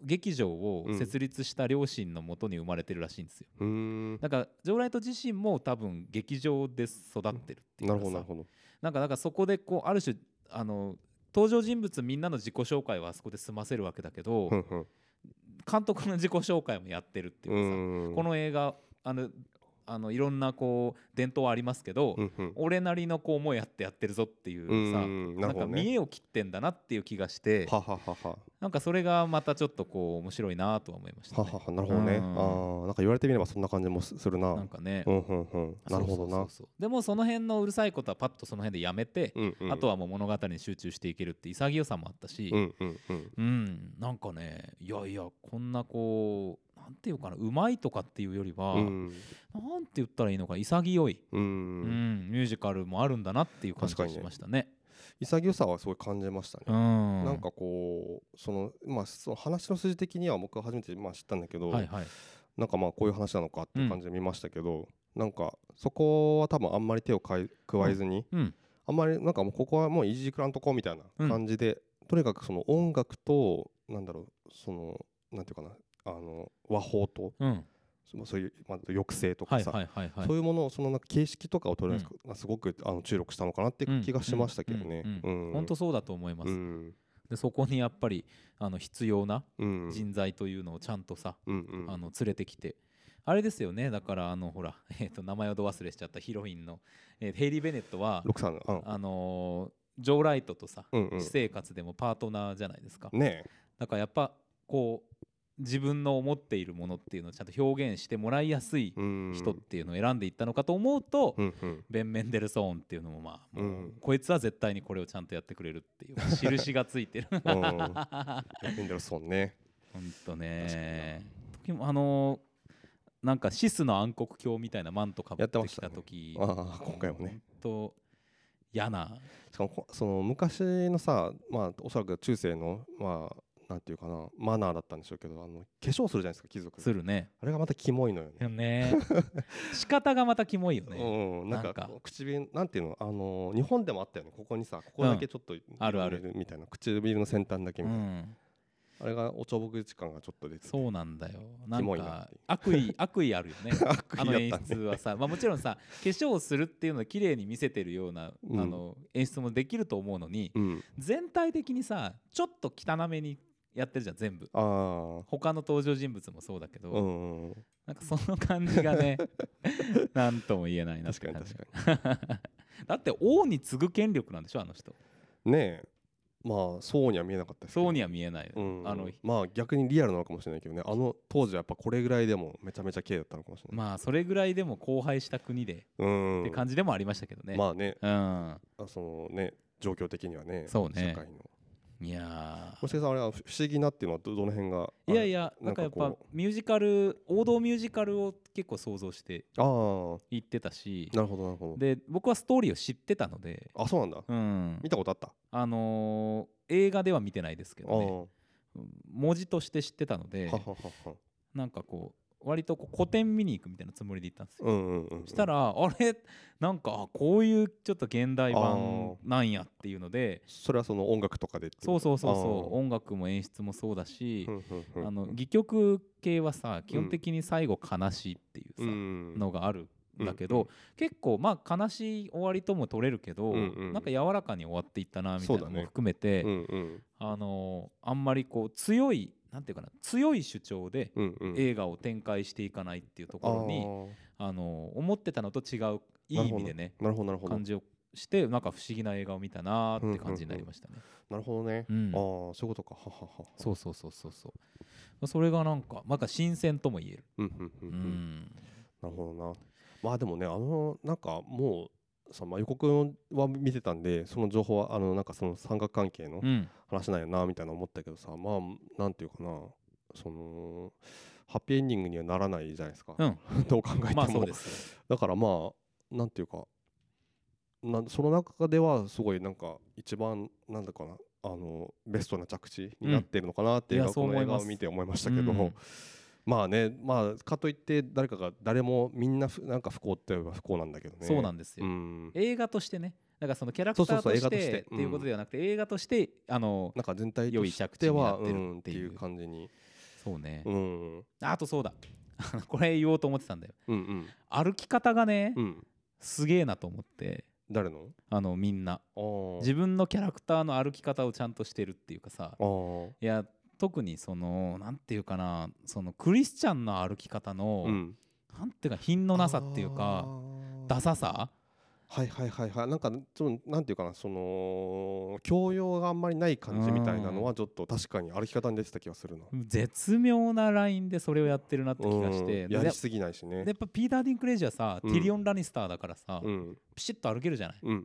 S1: 劇場を設立した両親のもとに生まれてるらしいんですよ。
S2: うーん
S1: だからジョー・ライト自身も多分劇場で育ってるっていうかさ
S2: なるほどなるほど
S1: なんかなんかそこでこうある種あの登場人物みんなの自己紹介はあそこで済ませるわけだけど、
S2: うんうん
S1: 監督の自己紹介もやってるっていう
S2: う
S1: かさ、
S2: ん
S1: この映画あのあのいろんなこう伝統はありますけど、
S2: うんうん
S1: 俺なりのこう思いやってやってるぞっていう
S2: うん
S1: さ、
S2: うん
S1: な
S2: なんるほ
S1: か
S2: どね
S1: 見栄を切ってんだなっていう気がして
S2: はははは
S1: なんかそれがまたちょっとこう面白いなとは思いました
S2: は
S1: ね
S2: は。はなるほど
S1: う
S2: ねあ
S1: ん
S2: ーなんか言われてみればそんな感じもすするな
S1: なんかね、
S2: うんうんうんなるほど
S1: そ
S2: な
S1: うそうそうそうでもその辺のうるさいことはパッとその辺でやめて、
S2: うんうん
S1: あとはもう物語に集中していけるって潔さもあったし、
S2: うんうんうん
S1: うん、なんかねいやいやこんなこうなんていうかなうまいとかっていうよりは、
S2: うん
S1: なんて言ったらいいのか潔い、
S2: う
S1: うん
S2: ん
S1: ミュージカルもあるんだなっていう感じが
S2: 確かに
S1: し
S2: ね
S1: ましたね。
S2: 潔さはすごい感じました
S1: う
S2: ね
S1: ん、
S2: なんかこうそのまあその話の筋的には僕は初めてまあ知ったんだけど
S1: はいはい、
S2: なんかまあこういう話なのかっていう感じで見ましたけどなんかそこは多分あんまり手をかい加えずに
S1: うん
S2: あんまりなんかもうここはもうイージークランとこうみたいな感じで、とにかくその音楽となんだろうそのなんていうかなあの和法と
S1: うん、
S2: そそういう、まあ、抑制と
S1: は
S2: か
S1: い
S2: さ、
S1: はいはいはい
S2: そういうものをそのなんか形式とかをとりあえず、すごくあの注力したのかなって
S1: うん
S2: 気がしましたけどね。
S1: う
S2: うん
S1: 本当そうだと思います、
S2: うん
S1: でそこにやっぱりあの必要な
S2: うん
S1: 人材というのをちゃんとさ、
S2: うんうん
S1: あの連れてきてあれですよねだからあのほら、 えー、と名前をど忘れしちゃったヒロインの、えーヘイリー・ベネットは
S2: ロクさんの、うん
S1: あのージョー・ライトとさ、
S2: うんうん
S1: 私生活でもパートナーじゃないですか、
S2: ねえ
S1: だからやっぱこう自分の思っているものっていうのをちゃんと表現してもらいやすい
S2: うん
S1: 人っていうのを選んでいったのかと思うと、
S2: うんうん
S1: ベン・メンデルソーンっていうのもまあもう、
S2: うん
S1: こいつは絶対にこれをちゃんとやってくれるっていう印がつい てる
S2: う んメンデルソンね。
S1: ほんとね時もあのーなんかシスの暗黒鏡みたいなマントかぶ
S2: や
S1: っ
S2: ってま
S1: て
S2: し
S1: き
S2: たね
S1: た時
S2: ああ今回もね。
S1: ほんと嫌な
S2: しかもこその昔のさまあおそらく中世のまあなんていうかなマナーだったんでしょうけどあの化粧するじゃないですか貴族
S1: するね
S2: あれがまたキモいのよね。
S1: ね 仕方がまたキモいよね、
S2: うん、なんか
S1: なんか
S2: 唇なんていうのあの日本でもあったよねここにさここだけちょっと、
S1: あるある
S2: みたいな唇の先端だけ
S1: う
S2: みたいな、
S1: ん、
S2: あれがおちょぼ口感がちょっと出てて
S1: そうなんだよな
S2: キ
S1: ん
S2: モいなっ
S1: か
S2: ていう
S1: 悪 意悪意あるよね
S2: 悪意
S1: あの演
S2: だった
S1: 出
S2: ね
S1: はさ、まあ、もちろんさ化粧をするっていうのを綺麗に見せてるような、
S2: うん
S1: あの演出もできると思うのに
S2: うん
S1: 全体的にさちょっと汚めにやってるじゃん全部
S2: ああ
S1: 他の登場人物もそうだけど、
S2: うんうん
S1: なんかその感じが ねなんとも言えないなって
S2: 確かに
S1: 感じ
S2: 確か
S1: だって王に次ぐ権力なんでしょあの人
S2: にねえまあそうには見えなかったですけど
S1: そうには見えない、
S2: うん、
S1: あの
S2: まあ逆にリアルなのかもしれないけどねあの当時はやっぱこれぐらいでもめちゃめちゃ綺麗だったのかもしれない、
S1: まあそれぐらいでも荒廃した国で、
S2: うん
S1: って感じでもありましたけどね、
S2: まあね
S1: うん
S2: あそのね状況的にはね
S1: そうね
S2: 社会の
S1: いやー
S2: もしかさんあれは不思議なっていうのはどどの辺が
S1: いやい
S2: や
S1: やな
S2: なん
S1: か
S2: んか
S1: やっぱ
S2: こ
S1: ミュージカル王道ミュージカルを結構想像して
S2: あー
S1: いってたし
S2: なるほどなるほど
S1: で僕はストーリーを知ってたので
S2: あそうなんだ
S1: うん
S2: 見たことあった
S1: あのー映画では見てないですけ
S2: ああ
S1: どね
S2: ー
S1: 文字として知ってたので
S2: はははは
S1: なんかこう割とこう古典見に行くみたいなつもりで行ったんですよ。
S2: うんうんうん
S1: したらあれなんかあこういうちょっと現代版なんやっていうので
S2: それはその音楽とかでってい
S1: そうそうそうそう
S2: う
S1: 音楽も演出もそうだし
S2: あーふんふんふん
S1: あの戯曲系はさ基本的に最後悲しいっていう
S2: う
S1: さ
S2: ん
S1: のがあるんだけど、
S2: うんうん
S1: 結構まあ悲しい終わりとも取れるけど、
S2: うんうん
S1: なんか柔らかに終わっていったなみたいなの
S2: そうだ
S1: も
S2: ね
S1: 含めて、
S2: うんうん
S1: あのーあんまりこう強いなんていうかな強い主張で
S2: うんうん
S1: 映画を展開していかないっていうところに、あの思ってたのと違うい
S2: ないる
S1: 意
S2: ほど
S1: 味でね
S2: あーなるほどなるほど
S1: 感じをしてなんか不思議な映画を見たなーって感じになりましたね。
S2: なるほどね、
S1: うん
S2: ああそういうことかははは
S1: そうそうそうそうそうそれがなんかなんか新鮮とも言える。
S2: うんうんうん
S1: う
S2: うん、
S1: ん
S2: なるほどなまあでもねあのなんかもうさ、まあ、予告は見てたんでその情報はあのなんかその三角関係の
S1: うん
S2: 話なんやなみたいな思ったけどさまあなんていうかなそのハッピーエンディングにはならないじゃないですか、
S1: うん
S2: どう考えても、
S1: まあそうですよ。
S2: だからまあなんていうかなんその中ではすごいなんか一番なんだかなあのベストな着地になってるのかなって
S1: うんいや
S2: いうのはこ
S1: そう
S2: の
S1: 思い
S2: 映画
S1: ます
S2: を見て思いましたけど、
S1: うん
S2: まあねまあかといって誰かが誰もみんなふなんか不幸って言えば不幸なんだけどね
S1: そうなんです
S2: う
S1: よ。
S2: ん
S1: 映画としてねだからそのキャラクター
S2: そうそうそう
S1: とし
S2: 映画と
S1: て
S2: して
S1: っていうことではなくて映画としてあの
S2: なんか全体
S1: 良
S2: と
S1: い
S2: し
S1: 着
S2: て
S1: 地に
S2: は
S1: なって
S2: う
S1: る
S2: ん
S1: っ
S2: ってて
S1: い
S2: いうう感じに、
S1: そうね
S2: うん、うん
S1: あとそうだ これ言おうと思ってたんだよ
S2: うん
S1: 歩き方がね
S2: うん
S1: すげえなと思って
S2: 誰の
S1: あのみんな
S2: あー
S1: 自分のキャラクターの歩き方をちゃんとしてるっていうかさ
S2: あー
S1: いや特にそのなんていうかなそのクリスチャンの歩き方の、
S2: うん
S1: なんていうか品のなさっていうか
S2: あー
S1: ダサさ
S2: はいはいはいはいなんかちょっとなんていうかなその教養があんまりない感じみたいなのはちょっと確かに歩き方に出てた気がするな。
S1: 絶妙なラインでそれをやってるなって気がして、
S2: うん
S1: で
S2: や
S1: や
S2: り
S1: っ
S2: すぎないしね。
S1: ぱピーター・ディンクレイジはさ、
S2: うん
S1: ティリオン・ラニスターだからさ、
S2: うん
S1: ピシッと歩けるじゃない
S2: うん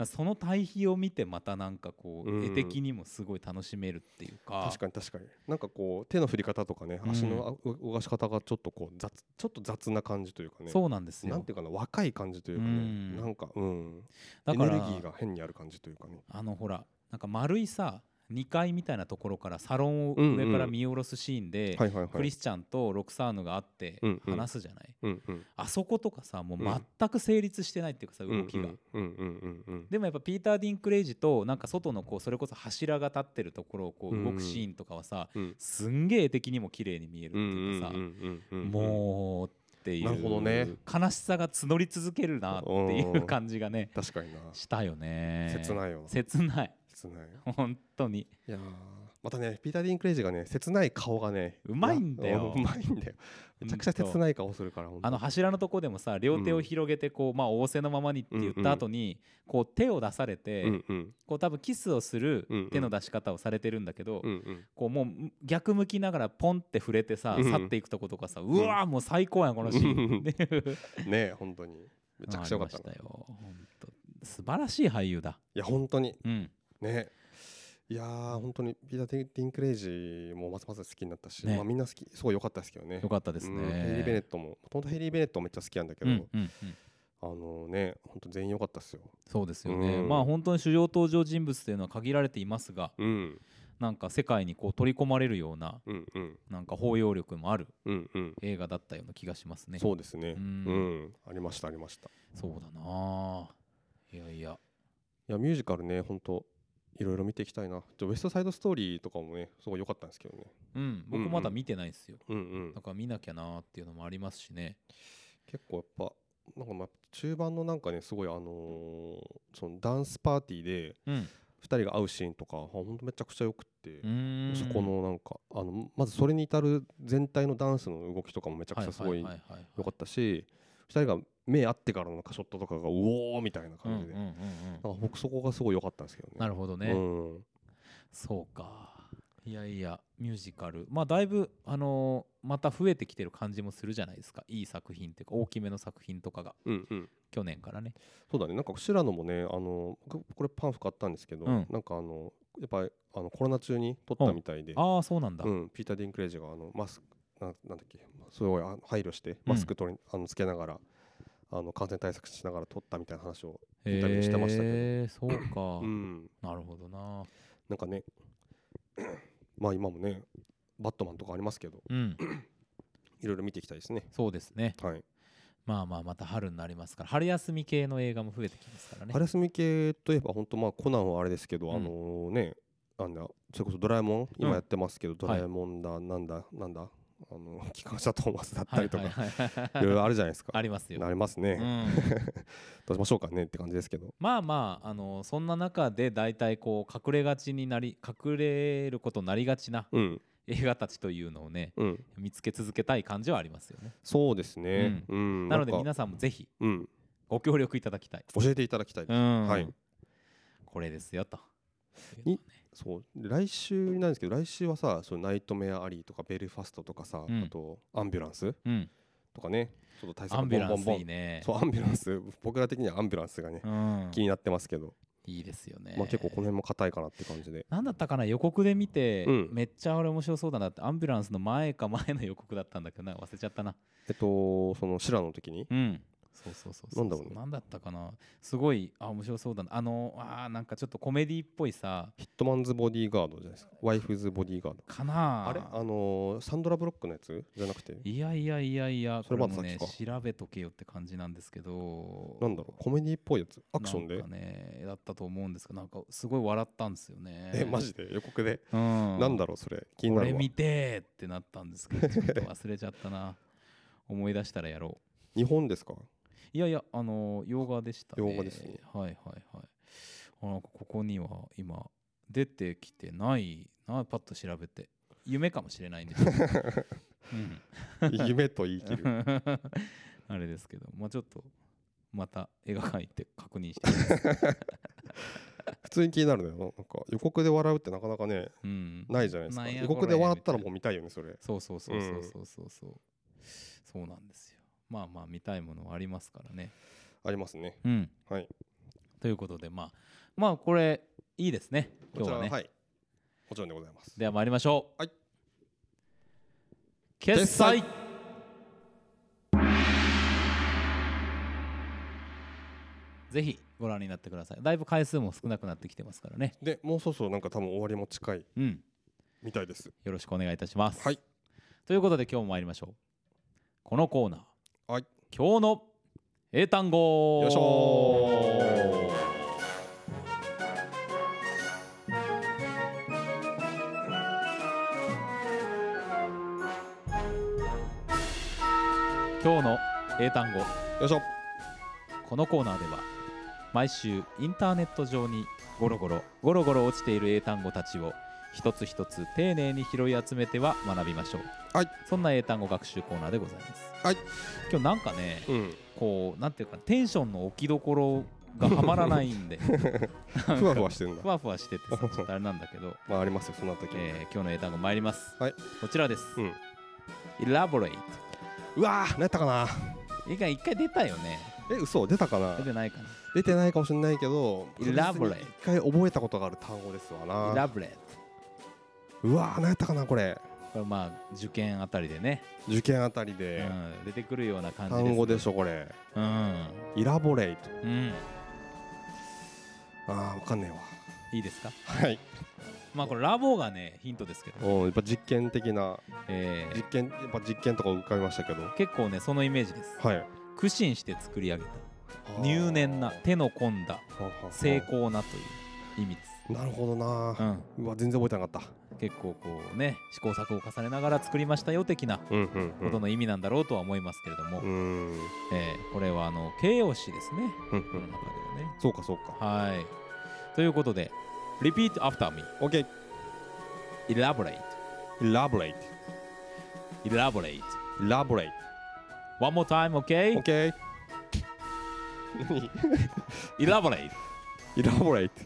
S2: うん、
S1: その対比を見てまたなんかこう、
S2: うん
S1: 絵的にもすごい楽しめるっていうか
S2: 確かに確かになんかこう手の振り方とかね
S1: うん
S2: 足のあ動かし方がちょっとこう雑ちょっと雑な感じというかね
S1: そうなんです
S2: なん
S1: よ
S2: ていうかな若い感じというか
S1: う
S2: ね
S1: ん
S2: なんかうん
S1: だ
S2: エ
S1: か
S2: ネル
S1: ら
S2: ギーが変にある感じというかね
S1: あのほらなんか丸いさ2階みたいなところからサロンを上から見下ろすシーンで、
S2: はいはいは
S1: クリ
S2: い
S1: スチャンとロクサーヌがあって
S2: うんうん
S1: 話すじゃない、
S2: うんうん
S1: あそことかさも
S2: う
S1: うん全く成立してないっていうかさ
S2: うん
S1: 動きが、
S2: うんうんうんうん
S1: でもやっぱピーター・ディンクレイジとなんか外のこうそれこそ柱が立ってるところをこ
S2: う
S1: うん動くシーンとかはさ、
S2: うん
S1: すんげえ絵的にも綺麗に見えるって
S2: うん
S1: いうかさ、
S2: うんうんうんうん
S1: もうっていう
S2: なるほどね
S1: 悲しさが募り続けるなっていううん感じがね
S2: 確かにな
S1: したよね
S2: 切ないよな
S1: 切ない
S2: 切ない
S1: 本当に
S2: いやーまたねピーター・ディン・クレイジーがね切ない顔がね
S1: うまいんだよ
S2: なうまいんだよめちゃくちゃ切ない顔するからほんと
S1: あの柱のとこでもさ両手を広げてこう、まあ仰せのままにって言った後に、こう手を出されて、
S2: うんうん
S1: こう多分キスをする
S2: うんうん
S1: 手の出し方をされてるんだけど、
S2: うんうん
S1: こうもうん逆向きながらポンって触れてさ、
S2: うんうん
S1: 去っていくとことかさうわーもう最高やんこのシーン
S2: うん
S1: っていう
S2: ねえ本当にめちゃくちゃ良かった
S1: ありま
S2: ない
S1: したよ本当素晴らしい俳優だ
S2: や本当に
S1: うん
S2: ねいやー本当にピーター・ディン・クレイジーもますます好きになったし、
S1: ね
S2: まあ、みんな好きすごい良かったですけどね
S1: よかったです
S2: うんヘイリー・ベネ
S1: ね
S2: ットももともとヘイリー・ベネットもめっちゃ好きなんだけ
S1: う
S2: ど、
S1: んうんうん
S2: あのね本当全員良かったですよ
S1: そうですよね、
S2: うん
S1: まあ本当に主要登場人物というのは限られていますが
S2: うん
S1: なんか世界にこう取り込まれるような
S2: うんうん
S1: なんか包容力もある
S2: うんうん
S1: 映画だったような気がしますね
S2: そうですね
S1: うん
S2: うん、ありましたありました
S1: そうだなあいやいや
S2: いやミュージカルね本当いろいろ見ていきたいなじゃあウエストサイドストーリーとかもねすごい良かったんですけどね
S1: うん僕まだ見てないんですよ、
S2: うんうん
S1: だから見なきゃなーっていうのもありますしね
S2: 結構やっぱなんかまあ中盤のなんかねすごいあのーそのダンスパーティーで
S1: うん
S2: 2人が会うシーンとかほんとめちゃくちゃよくって
S1: う、ーん
S2: そこのなんかあのまずそれに至る全体のダンスの動きとかもめちゃくちゃすごい良
S1: は
S2: か
S1: いはいはいはい
S2: ったし2人が目合ってからのショットとかがうおーみたいな
S1: うんうん
S2: 感じで、
S1: うんうん
S2: なんか僕そこがすごい良かったんですけどね。
S1: なるほどね、
S2: うん
S1: そうかいやいやミュージカルまあだいぶあのーまた増えてきてる感じもするじゃないですかいい作品っていうか大きめの作品とかが
S2: うんうん
S1: 去年からね
S2: そうだねなんかシラノもねあのここれパンフ買ったんですけど、
S1: うん
S2: なんかあのやっぱりあのコロナ中に撮ったみたいで、
S1: ああそうなんだ、
S2: うん、ピーター・ディン・クレイジーがあのマスクななんだっけすごいあ配慮してマスク取り、あのつけながらあの感染対策しながら撮ったみたいな話を、
S1: へ
S2: インタビューしてましたけど
S1: えそうか、
S2: うん、
S1: なるほどな
S2: なんかね まあ今もねバットマンとかありますけど
S1: うん
S2: いろいろ見ていきたいですね
S1: そうですね
S2: はい
S1: まあまあまた春になりますから春休み系の映画も増えてきますからね
S2: 春休み系といえば本当まあコナンはあれですけど、
S1: うん
S2: あのねあんだそれこそドラえもん今やってますけど、ド
S1: はい
S2: ラえもんだ、なんだなんだあの 機関車トーマスだったりとか、
S1: はいいはいは いはい
S2: ろいろあるじゃないですか
S1: ありますよ、
S2: なりますね、
S1: うん
S2: どうしましょうかねって感じですけど
S1: まあまあ、あのそんな中で大体こう隠れがちになり隠れることになりがちな
S2: うん
S1: 映画たちというのをね
S2: うん、
S1: 見つけ続けたい感じはありますよね
S2: そうですね、うん
S1: なので
S2: んか
S1: 皆さんもぜひ
S2: うん、
S1: ご協力いただきたい、
S2: 教えていただきたいです、
S1: うん
S2: はい
S1: これですよと
S2: いそう来週なんですけど来週はさ「そのナイトメア・アリー」とか「ベルファスト」とかさ、
S1: うん
S2: あと「アンビュランス
S1: うん」
S2: とかねちょっと対策
S1: ア
S2: ボ
S1: ン
S2: ン
S1: ビ
S2: ボ
S1: ュラン
S2: ン
S1: ス
S2: ボ
S1: いい
S2: ン
S1: ね
S2: そうアンビュランス僕ら的にはアンビュランスがね、
S1: うん
S2: 気になってますけど、
S1: いいですよね
S2: まあ、結構この辺も硬いかなって感じで
S1: なんだったかな予告で見て、
S2: うん
S1: めっちゃあれ面白そうだなってアンビュランスの前か前の予告だったんだけどな忘れちゃったな
S2: えっとその修羅の時に
S1: うんそうそうそうそう
S2: なんだろうね
S1: なんだったかなすごいあ面白そうだなあのあーなんかちょっとコメディっぽいさ
S2: ヒットマンズ・ボディーガードじゃないですかワイフズ・ボディーガード
S1: かな
S2: あれあのーサンドラ・ブロックのやつじゃなくて
S1: いやいやいやいや
S2: それ
S1: これ
S2: まだ
S1: もね
S2: 先か
S1: 調べとけよって感じなんですけど
S2: なんだろうコメディっぽいやつアクションで、
S1: なんかねだったと思うんですけどなんかすごい笑ったんですよね
S2: えマジで予告で、
S1: うん
S2: なんだろうそれ気に
S1: こ
S2: な
S1: れ
S2: るわ
S1: 見てーってなったんですけどちょっと忘れちゃったな思い出したらやろう
S2: 日本ですか
S1: いやいや、あのー、洋画でしたね。
S2: 洋画ですね
S1: はいはいはい。あなんかここには今、出てきてないな、パッと調べて。夢かもしれないんですけど。うん、
S2: 夢と言い切る
S1: あれですけど、まあちょっと、また映画館行って確認してみ ます。
S2: 普通に気になるのよなんか予告で笑うってなかなかね
S1: うん。
S2: ないじゃないです
S1: な
S2: か
S1: んや
S2: 予告で笑ったらもう見たいよねそれ
S1: そうそうそうそううんそうそうそう。そうなんですよ。まあまあ見たいものはありますからね。
S2: ありますね
S1: うん。
S2: はい
S1: ということで、まあ、まあこれ、いいですね。
S2: こ
S1: 今
S2: ち
S1: 日
S2: ら
S1: は
S2: は
S1: ね。
S2: はいもちろんでございます
S1: では参りましょう。
S2: はい。
S1: 決済
S2: 決。
S1: ぜひご覧になってください。だいぶ回数も少なくなってきてますからね。
S2: でもうそろそろなんか多分終わりも近い
S1: うん。
S2: みたいです
S1: よろしくお願いいたします。
S2: はい。
S1: ということで今日も参りましょう。このコーナー。
S2: はい。
S1: 今日の英単語。
S2: よいしょ
S1: 今日の英単語。
S2: よいしょ
S1: このコーナーでは毎週インターネット上にゴロゴロゴロゴロ落ちている英単語たちを一つ一つ丁寧に拾い集めては学びましょう、
S2: はい、
S1: そんな英単語学習コーナーでございます、
S2: はい、
S1: 今日なんかね
S2: うん
S1: こうなんていうかテンションの置きどころがはまらないん で
S2: ふわふわしてんだ
S1: ふわふわしててさちょっとあれなんだけど、
S2: まあありますよそんな時
S1: えー今日の英単語参ります、
S2: はい、
S1: こちらです、
S2: うん、
S1: elaborate
S2: うわー何やったかな
S1: 一回一回出たよね
S2: え嘘出たかな
S1: 出てないかな
S2: 出てないかもしれないけど
S1: Elaborate
S2: 確実に一回覚えたことがある単語ですわな
S1: elaborate
S2: うわー何やったかなこれ
S1: これまあ受験あたりでね
S2: 受験あたりで
S1: うん、出てくるような感じです、
S2: 単語でし
S1: ょ。
S2: ょこれ
S1: うん、
S2: イラボレイト
S1: うん、
S2: あーわかんねえわ
S1: いいですか。
S2: はい
S1: まあこれラボがねヒントですけど、
S2: おやっぱ実験的な
S1: えー
S2: 実験やっぱ実験とか浮かびましたけど
S1: 結構ねそのイメージです。
S2: はい
S1: 苦心して作り上げた入念な手の込んだ
S2: はあはあはあ
S1: 精巧なという意味です。
S2: なるほどな
S1: う、ん、
S2: うわ全然覚えてなかっ
S1: 結構こうね試行錯誤を重ねながら作りましたよ的な
S2: たうんうんう
S1: こと
S2: ん
S1: の意味なんだろうとは思いますけれども、
S2: うーん
S1: えーこれはあの形容詞ですね
S2: うんう
S1: この中で
S2: ん
S1: はね。
S2: そうかそうか
S1: はいということで Repeat after me
S2: OK
S1: Elaborate
S2: イラボレ
S1: Elaborate
S2: イトイラボレイ
S1: One more time,
S2: ト
S1: okay?
S2: OK 何
S1: Elaborate.
S2: イラボレイト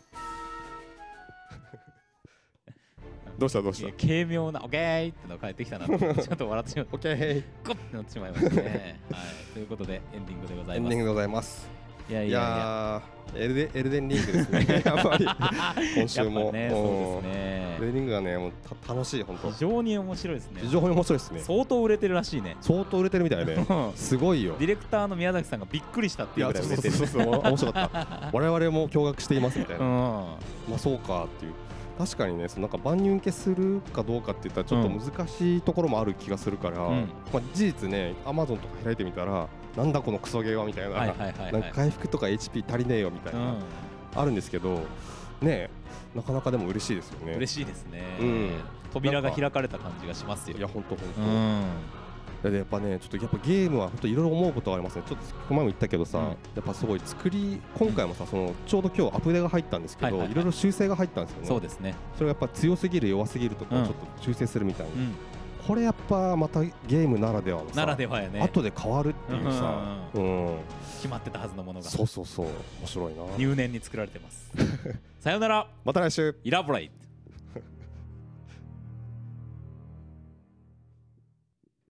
S2: どうしたどう
S1: い
S2: し
S1: や
S2: た
S1: 軽妙な、okay ってのが返ってきたなと 思って。ちょっと笑ってしまって、
S2: OK
S1: ゴッってなってしまいました ね。はい、ということで、エンディングでござ
S2: エ
S1: い
S2: ン
S1: ま
S2: デ
S1: す
S2: ィン。グでございます
S1: いやいや
S2: い
S1: いや。
S2: やーエルデエルデンリングで すねやっぱり今週
S1: やっぱ
S2: も
S1: ね、そうです
S2: エ
S1: ね。
S2: ルデンリングがねもうた楽しい本当
S1: 非常に面白いですね
S2: 非。常に面白いですね
S1: 相当売れてるらしいね。
S2: 相当売れてるみたいねすごいよ
S1: ディレクターの宮崎さんがびっくりしたって
S2: い
S1: いう
S2: や
S1: ぐら
S2: そ
S1: いう売
S2: そ
S1: れ
S2: う
S1: てる
S2: そ。うそう面白 かった我々も驚愕していますみたいうな、
S1: ん。
S2: まあそうかっていう確かにねそのなんか万人受けするかどうかっていったらちょっと
S1: うん
S2: 難しいところもある気がするから、
S1: うん
S2: まあ、事実ねアマゾンとか開いてみたらなんだこのクソゲーはみたいな,、
S1: はいはいはい
S2: な
S1: は
S2: んか
S1: い。
S2: 回復とか HP 足りねえよみたいうな、
S1: ん。
S2: あるんですけどねなかなかでも嬉しいですよね
S1: 嬉しいですね
S2: うん。
S1: 扉が開かれた感じがしますよ
S2: い。やほんとほんと、
S1: うん。
S2: だからやっぱねちょっとやっぱゲームは本当いろいろ思うことがありますねちょっとこの前も言ったけどさ、
S1: うん
S2: やっぱすごい作り今回もさそのちょうど今日アプデが入ったんですけど、
S1: はいいはいはい
S2: ろいろ修正が入ったんですよね
S1: そうですね、
S2: それがやっぱ強すぎる弱すぎるとか
S1: う
S2: を
S1: ん
S2: ちょっと修正するみたいな、
S1: うん、
S2: これやっぱまたゲームならではのさ
S1: ならではやね
S2: 後で変わるっていうさ、うん
S1: 決まってたはずのものが
S2: そうそうそう面白いな
S1: 入念に作られてますさよなら
S2: また来週
S1: イラブライト